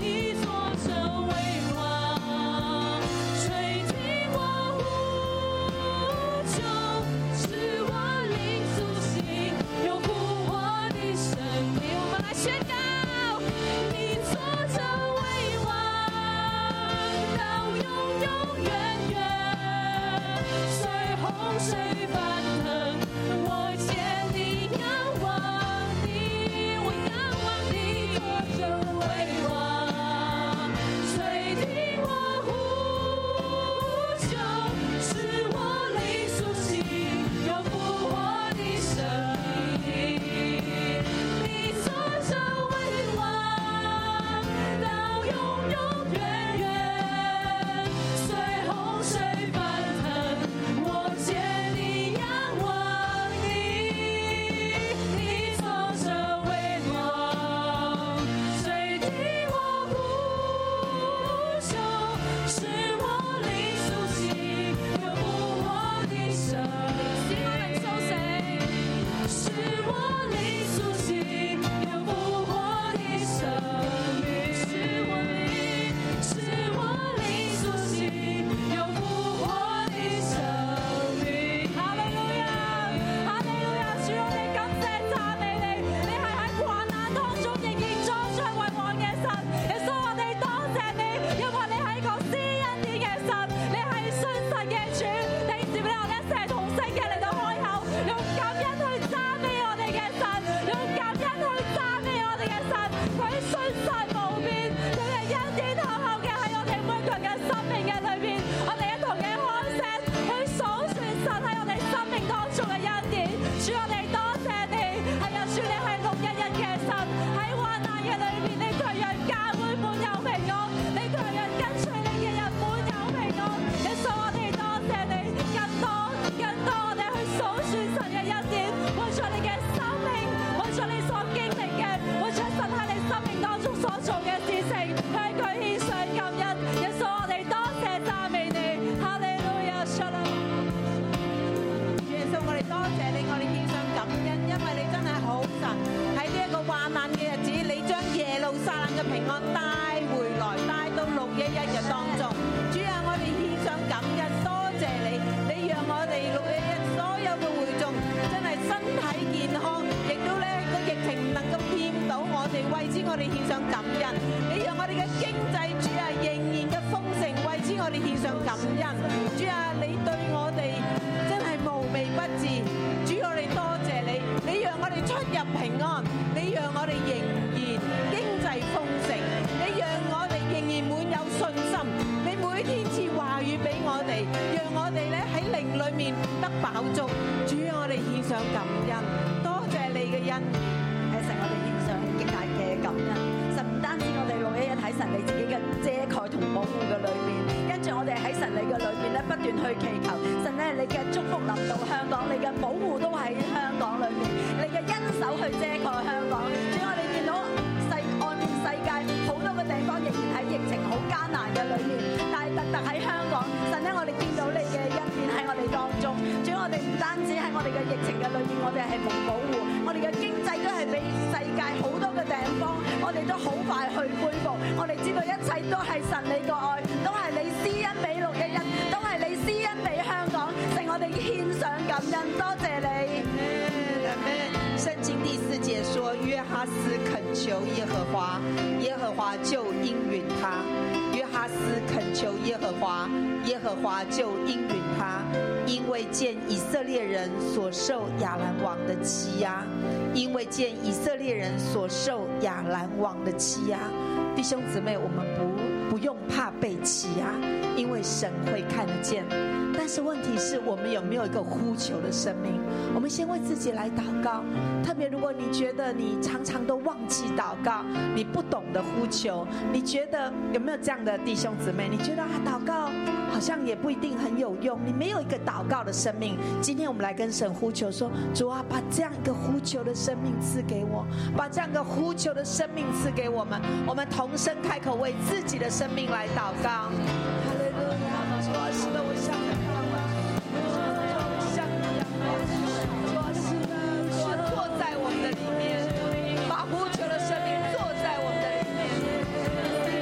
S5: 你坐着为王，垂听我呼救，使我灵苏醒，有复活的生命。我们来宣告，你坐着为王，到永永远远，随洪水翻腾，我坚定仰望你，我仰望你，坐着为王，垂听我呼救，使我灵苏醒，有复活的生命。你坐着为王，到永永远远，随洪水翻腾，我坚定仰望你。你坐着为王，谁听我呼求，使我灵苏醒，有复活的生命。是我灵苏醒，有复活的生命。是我灵，是我灵苏醒，有复活的生命。哈利路亞，哈利路亞，主我哋感謝讚美你，你係喺困難當中仍然作出為王嘅神。耶穌，我哋多謝你，因為你係個施恩典嘅神，你係信實嘅主。你接俾我哋一齊同聲嘅嚟到開口，用感恩去讚美我哋嘅神，用感恩去讚美我哋嘅神。佢信實無變，佢係恩典厚厚嘅喺我哋每個人嘅生命嘅裏邊。我哋一同嘅開聲去數算神喺我哋生命當中嘅恩典。主，我哋多謝你，係啊，主你係六一一嘅神，喺患難嘅裏面，你卻讓教會滿有平安，你卻讓跟隨你嘅人滿有平安。耶穌，我哋多謝你，更多更多，我哋去數算神嘅恩典，活在你嘅生命，活在你所經歷嘅，活在神喺你生命當中所做嘅事情，向佢獻上感恩。耶穌，我哋多謝讚美你，哈利路亞，上帝。
S6: 主耶穌，我哋多謝你，我哋獻上感恩，因為你真係好神。喺呢一個患難嘅日子，你將耶路撒冷嘅平安帶回來，帶到六一一嘅當中。主啊，我哋獻上感恩，多謝你，你讓我哋六一一所有嘅會眾真係身體健康，亦都咧個疫情唔能夠掂到我哋，為此我哋獻上感恩。你讓我哋嘅經濟主啊仍然嘅豐盛，為此我哋獻上感恩。主啊，你對我哋真係無微不至，主我哋多謝你，你讓我哋出入平安，你讓我哋仍然經濟豐盛，你讓我哋仍然滿有信心，你每天賜話語俾我哋，讓我哋咧喺靈裏面得飽足，主我哋獻上感恩，多謝你嘅恩典。
S7: 係神，我哋獻上極大嘅感恩。神唔單止我哋六一一喺神你自己嘅遮蓋同保護嘅裏邊，跟住我哋喺神你嘅裏邊咧不斷去祈求，神咧你嘅祝福臨到香港，你嘅保護都喺香港裏面，你嘅恩手去遮蓋香港。主，我哋見到世外面世界好多嘅地方仍然喺疫情好艱難嘅裏面，但係特特喺香港，神咧我哋見到你嘅恩典喺我哋當中。主，我哋唔單止喺我哋嘅疫情嘅裏面，我哋係蒙保護，我哋嘅經濟都係俾世界好多嘅地方，我哋都好快去恢復。我哋知道一切都係神你個愛，都係你施恩俾六一一，都係你施恩俾香港，令我哋獻上感恩，多謝你。
S6: 圣经第四节说：“
S5: 说约哈斯恳求耶和华，耶和华就应允他。约哈斯恳求耶和华，耶和华就应允他，因为见以色列人所受亚兰王的欺压，因为见以色列人所受亚兰王的欺压。弟兄姊妹，我们不不用怕被欺压，因为神会看得见。但是问题是我们有没有一个呼求的生命？我们先为自己来祷告。特别如果你觉得你常常都忘记祷告，你不懂得呼求，你觉得有没有这样的弟兄姊妹？你觉得啊，祷告好像也不一定很有用，你没有一个祷告的生命。今天我们来跟神呼求说：主啊，把这样一个呼求的生命赐给我，把这样一个呼求的生命赐给我们。我们同声开口为自己的生命来祷告。哈利路亚！主啊，是的，我向你祷告。向你仰望主啊，是的，主啊，坐在我们的里面，把呼求的生命坐在我们的里面。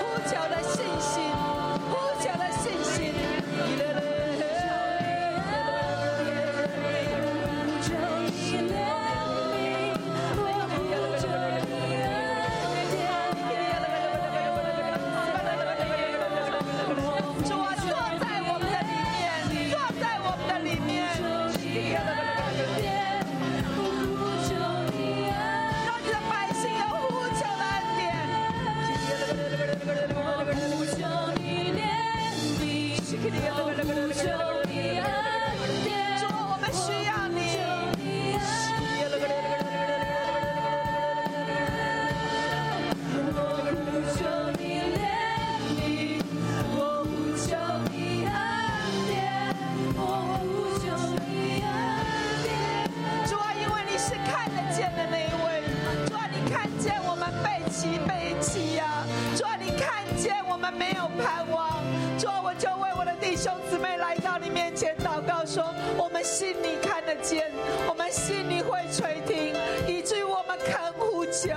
S5: 呼求的信心，呼求的信心。
S4: 呼求你怜悯，我呼求你恩典。
S5: 主啊，坐在我们的里面，坐在我们的里面，让你的百姓有呼求的恩典。
S4: 主，我们需要你。
S5: 啊
S4: 我呼求你怜悯，我呼求你恩典，我呼求你恩典。
S5: 主啊，因为你是看得见的那一位，主啊，你看见我们被欺被欺呀、主啊，你看见我们没有盼望，主啊，我就为我的弟兄姊妹来到你面前祷告说，我们信你看得见，我们信你会垂听，以至于我们肯呼求，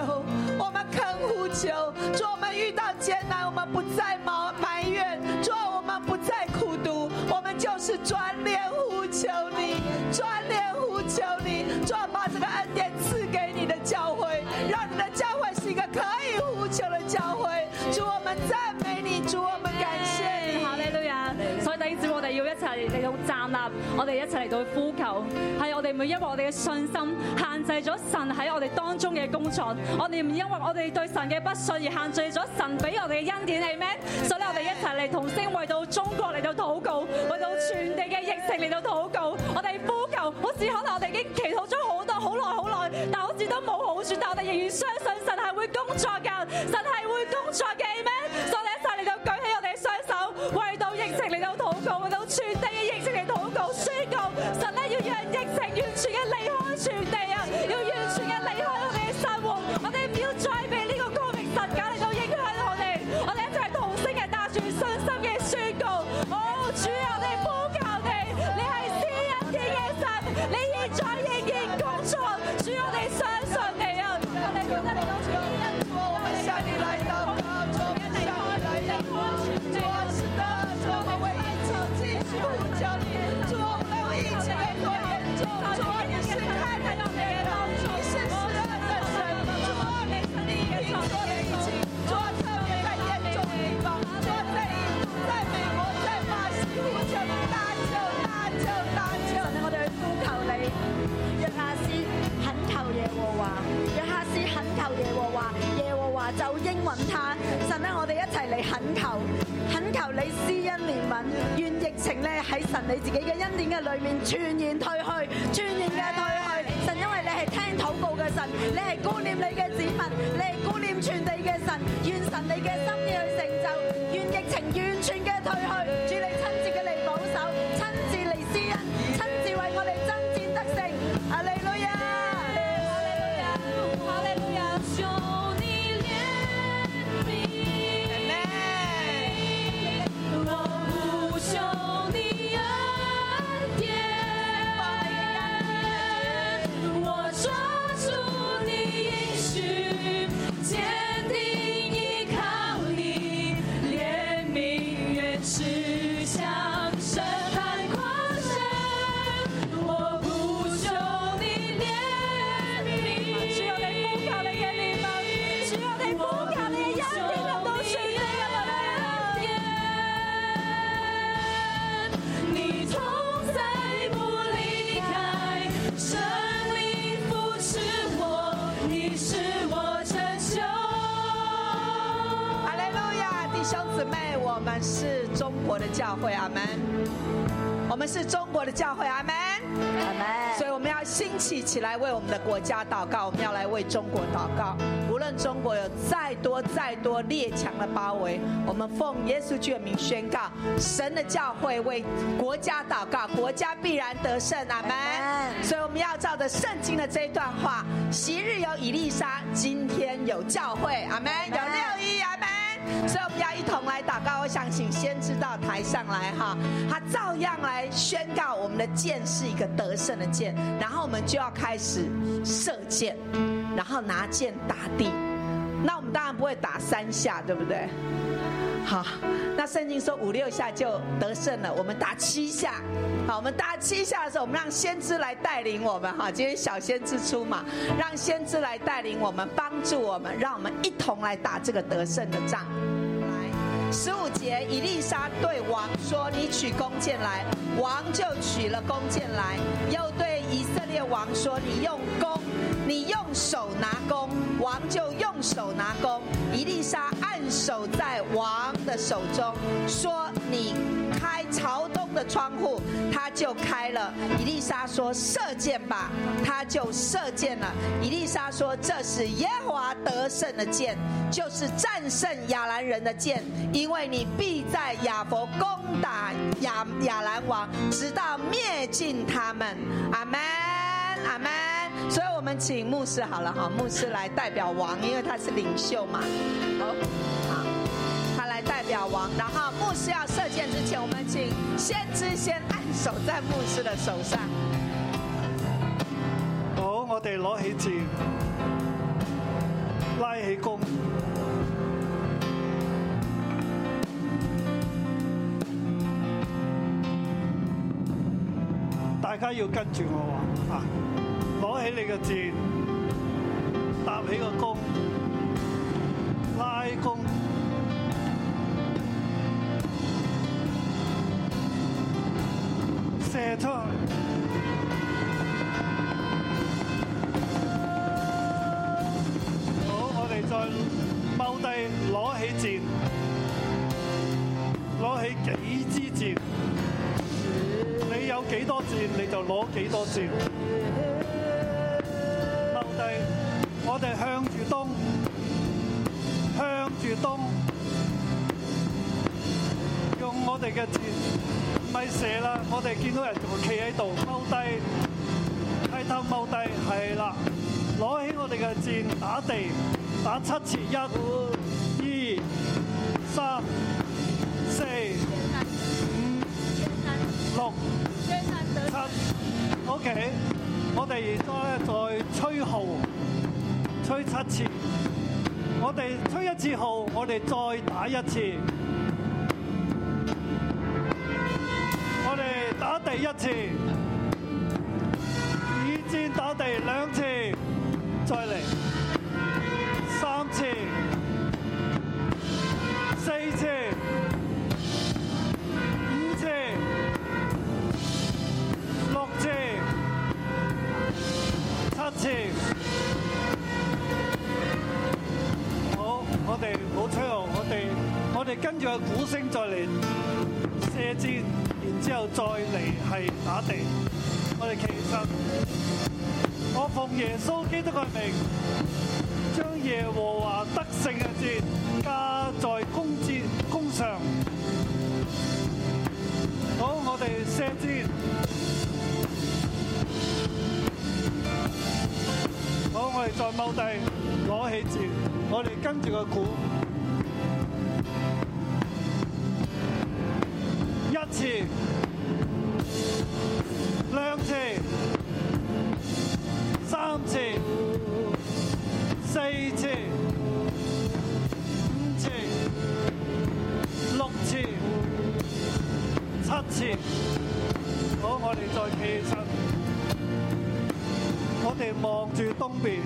S5: 我们肯呼求，主啊，我们遇到艰难，我们不再埋埋怨，主啊，我们不再苦读，我们就是专恋呼求你，专恋呼求你，主啊，把这个恩典赐给你的教会，让你的教会是一个可以呼求的教会。主，我们赞美你，主，我们感谢你。
S8: 哈利路亞！所以弟兄姊妹，我哋要一齊嚟到站立，我哋一齊嚟到呼求，係我哋唔會因為我哋嘅信心限制咗神喺我哋當中嘅工作，我哋唔因為我哋對神嘅不信而限制咗神俾我哋嘅恩典，係咩？所以我哋一齊嚟同聲為到中國嚟到禱告，為到全地嘅疫情嚟到禱告，我哋呼求，好似可能我哋已經祈禱咗好多好耐好耐，但好似都冇好處，但我哋仍然相信神係會工作㗎，神係會工作嘅，係咩？所以我哋一齊嚟到舉起我哋嘅雙手，為到疫情嚟到禱告，為到全地嘅疫情嚟禱告，宣告神咧要讓疫情完全嘅離開全地啊，要完全嘅離開我哋嘅生活，我哋唔要再俾呢個 Covid 神假嚟到影響我哋，我哋一齊同聲嘅帶住信心嘅宣告，哦主啊，我哋呼求你，你係施恩典嘅神，你現在仍然工作，主我哋相信你啊，我哋本身嚟到主恩主，我哋
S5: 向你来祷告，主我们向你来祷告，主啊，是的，主我们为疫情继续呼求你，主我们为疫情有多严重，主啊，你是看得见的，你是施恩的神，主啊，你你听说的疫情，主啊，特别在严重地方，主啊，在在美国，在巴西呼求你，大救大救大救！
S7: 神啊，我哋去呼求你，約哈斯懇求耶和華，約哈斯懇求耶和華，耶和華就應允他。神啊，我哋一齊嚟懇求，懇求你施恩憐憫，願疫情咧喺神你自己嘅恩典嘅裏面全然退去，全然嘅退去。神，因為你係聽禱告嘅神，你係顧念你嘅子民，你係顧念全地嘅神，願神你嘅心意去成就，願疫情完全嘅退去，主你親自嘅嚟保守，親自嚟施恩，親自為我哋爭戰得勝。阿利路亞！
S4: 哈利路亚，求你怜悯，我呼求你恩典，我抓住你应许，坚定依靠你，怜悯远至。
S5: 是中国的教会，阿门。我们是中国的教会，阿门。
S7: 阿
S5: 所
S7: 门。
S5: 以我们要兴起起来，为我们的国家祷告，我们要来为中国祷告。无论中国有再多再多列强的包围，我们奉耶稣基督的名宣告：神的教会为国家祷告，国家必然得胜。阿门
S7: 阿。门
S5: 所以我们要照着圣经的这一段话：昔日有以利沙，今天有教会。阿门。有六一，阿门。所以我们要一同来祷告。我想请先知到台上来哈，他照样来宣告我们的箭是一个得胜的箭，然后我们就要开始射箭，然后拿箭打地。那我们当然不会打三下，对不对？好，那圣经说五六下就得胜了，我们打七下。好，我们打七下的时候，我们让先知来带领我们哈。今天小先知出马，让先知来带领我们，帮助我们，让我们一同来打这个得胜的仗。来，十五节，以利沙对王说：“你取弓箭来。”王就取了弓箭来，又对以色列王说：“你用弓，你用手拿弓。”王就用手拿弓，以利沙按手在王的手中，说：“你开朝东的窗户。”他就开了。以利沙说：“射箭吧！”他就射箭了。以利沙说：“这是耶和华得胜的箭，就是战胜亚兰人的箭，因为你必在亚佛攻打亚亚兰王，直到灭尽他们。”阿门，阿门。所以我们请牧师好了哈，牧师来代表王，因为他是领袖嘛。好，好。他来代表王，然后牧师要射箭之前，我们请先知先按手在牧师的手上。
S2: 好，我哋攞起箭，拉起弓，大家要跟住我啊！攞起你嘅箭，搭起個弓，拉弓。射出去。好，我哋再踎低攞起箭，攞起幾支箭。你有幾多箭你就攞幾多箭。踎低，我哋向住東，向住東，用我哋嘅箭，唔係射啦。我哋見到人仲企喺度踎低。係頭冇地，係啦，攞起我哋嘅箭打地，打七次，一、二、三、四、五、六、七，OK。我哋而家咧再吹號，吹七次。我哋吹一次號，我哋再打一次。我哋打第一次。以箭打地兩次，再嚟三次、四次、五次、六次、七次。好，我哋唔好吹號，我哋我哋跟住個鼓聲再嚟射箭，然之後再嚟係打地。我哋其實。我奉耶穌基督嘅名，將耶和華得勝嘅箭加在弓箭弓上。好，我哋射箭。好，我哋再踎低，攞起箭，我哋跟住個鼓。一次，兩次。三次、四次、五次、六次、七次。好，我哋再企起身，我哋望住東邊，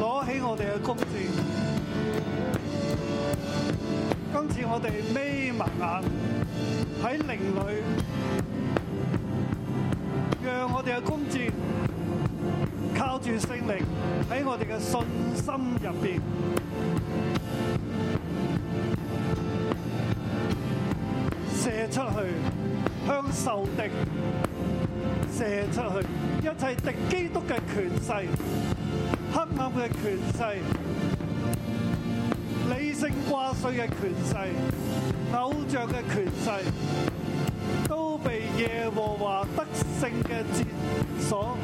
S2: 攞起我哋嘅弓箭。今次我哋眯埋眼喺靈裏。讓我哋嘅弓箭靠住聖靈喺我哋嘅信心入邊，去，向仇敵射出去，一切敵基督嘅權勢、黑暗嘅權勢、理性掛帥嘅權勢、偶像嘅權勢，都被耶和華得勝嘅箭所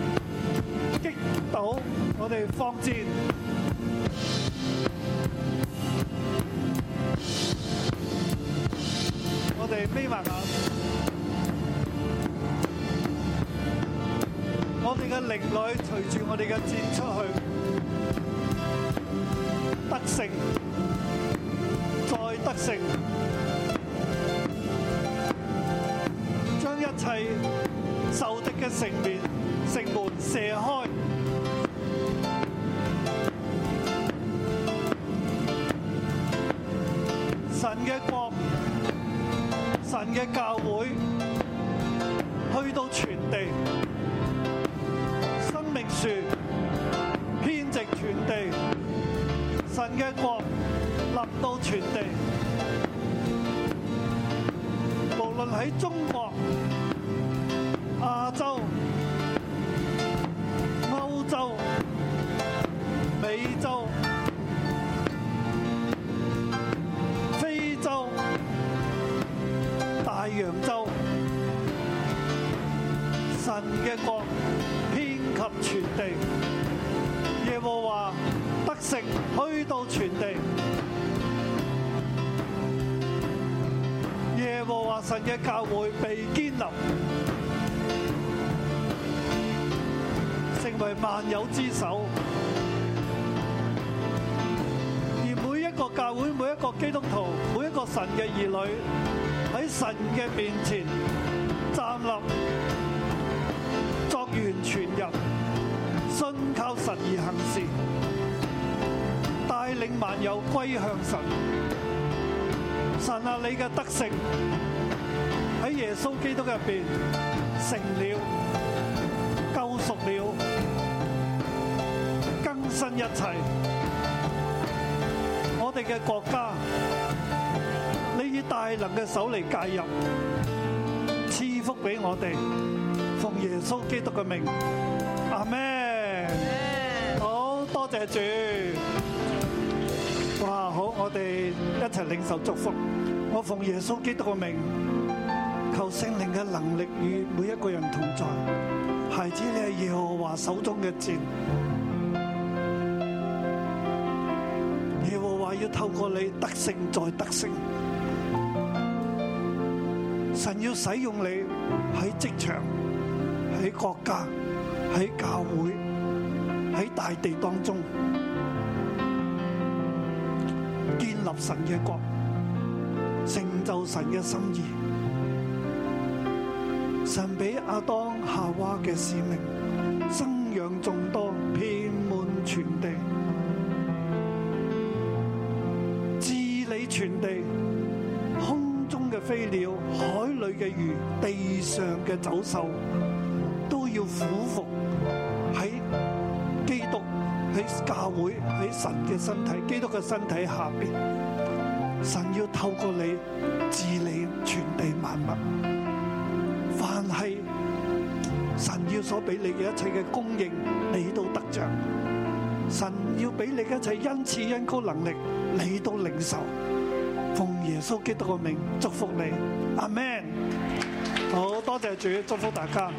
S2: 擊倒。我哋放箭。我哋眯埋眼，我哋嘅靈女隨住我哋嘅箭出去，得勝，再得勝，將一切仇敵嘅城面城門射開。神嘅國。神嘅教會去到全地，生命樹遍植全地，神嘅國臨到全地，無論喺中國、亞洲、歐洲、美洲、非洲。大洋洲，神嘅國遍及全地，耶和華得勝去到全地，耶和華神嘅教會被堅立，成為萬有之首。而每一個教會、每一個基督徒、每一個神嘅兒女，喺神嘅面前站立，作完全人，信靠神而行事，帶領萬有歸向神。神啊，你嘅德性喺耶穌基督入邊成了，救贖了，更新一切。我哋嘅國家。你以大能嘅手嚟介入，賜福俾我哋，奉耶穌基督嘅名，阿咩？好多謝主，哇！好，我哋一齊領受祝福。我奉耶穌基督嘅名，求聖靈嘅能力與每一個人同在。孩子，你係耶和華手中嘅箭，耶和華要透過你得勝再得勝。神要使用你喺職場、喺國家、喺教會、喺大地當中建立神嘅國，成就神嘅心意。神俾亞當夏娃嘅使命，生養眾多，遍滿全地，治理全地。空中嘅飛鳥、海裏嘅魚、地上嘅走獸，都要俯伏喺基督、喺教會、喺神嘅身體、基督嘅身體下邊。神要透過你治理全地萬物，凡係神要所俾你嘅一切嘅供應，你都得着。神要俾你嘅一切恩賜、恩膏、能力，你都領受。奉耶穌基督嘅名祝福你，阿 Man。好多謝主，祝福大家。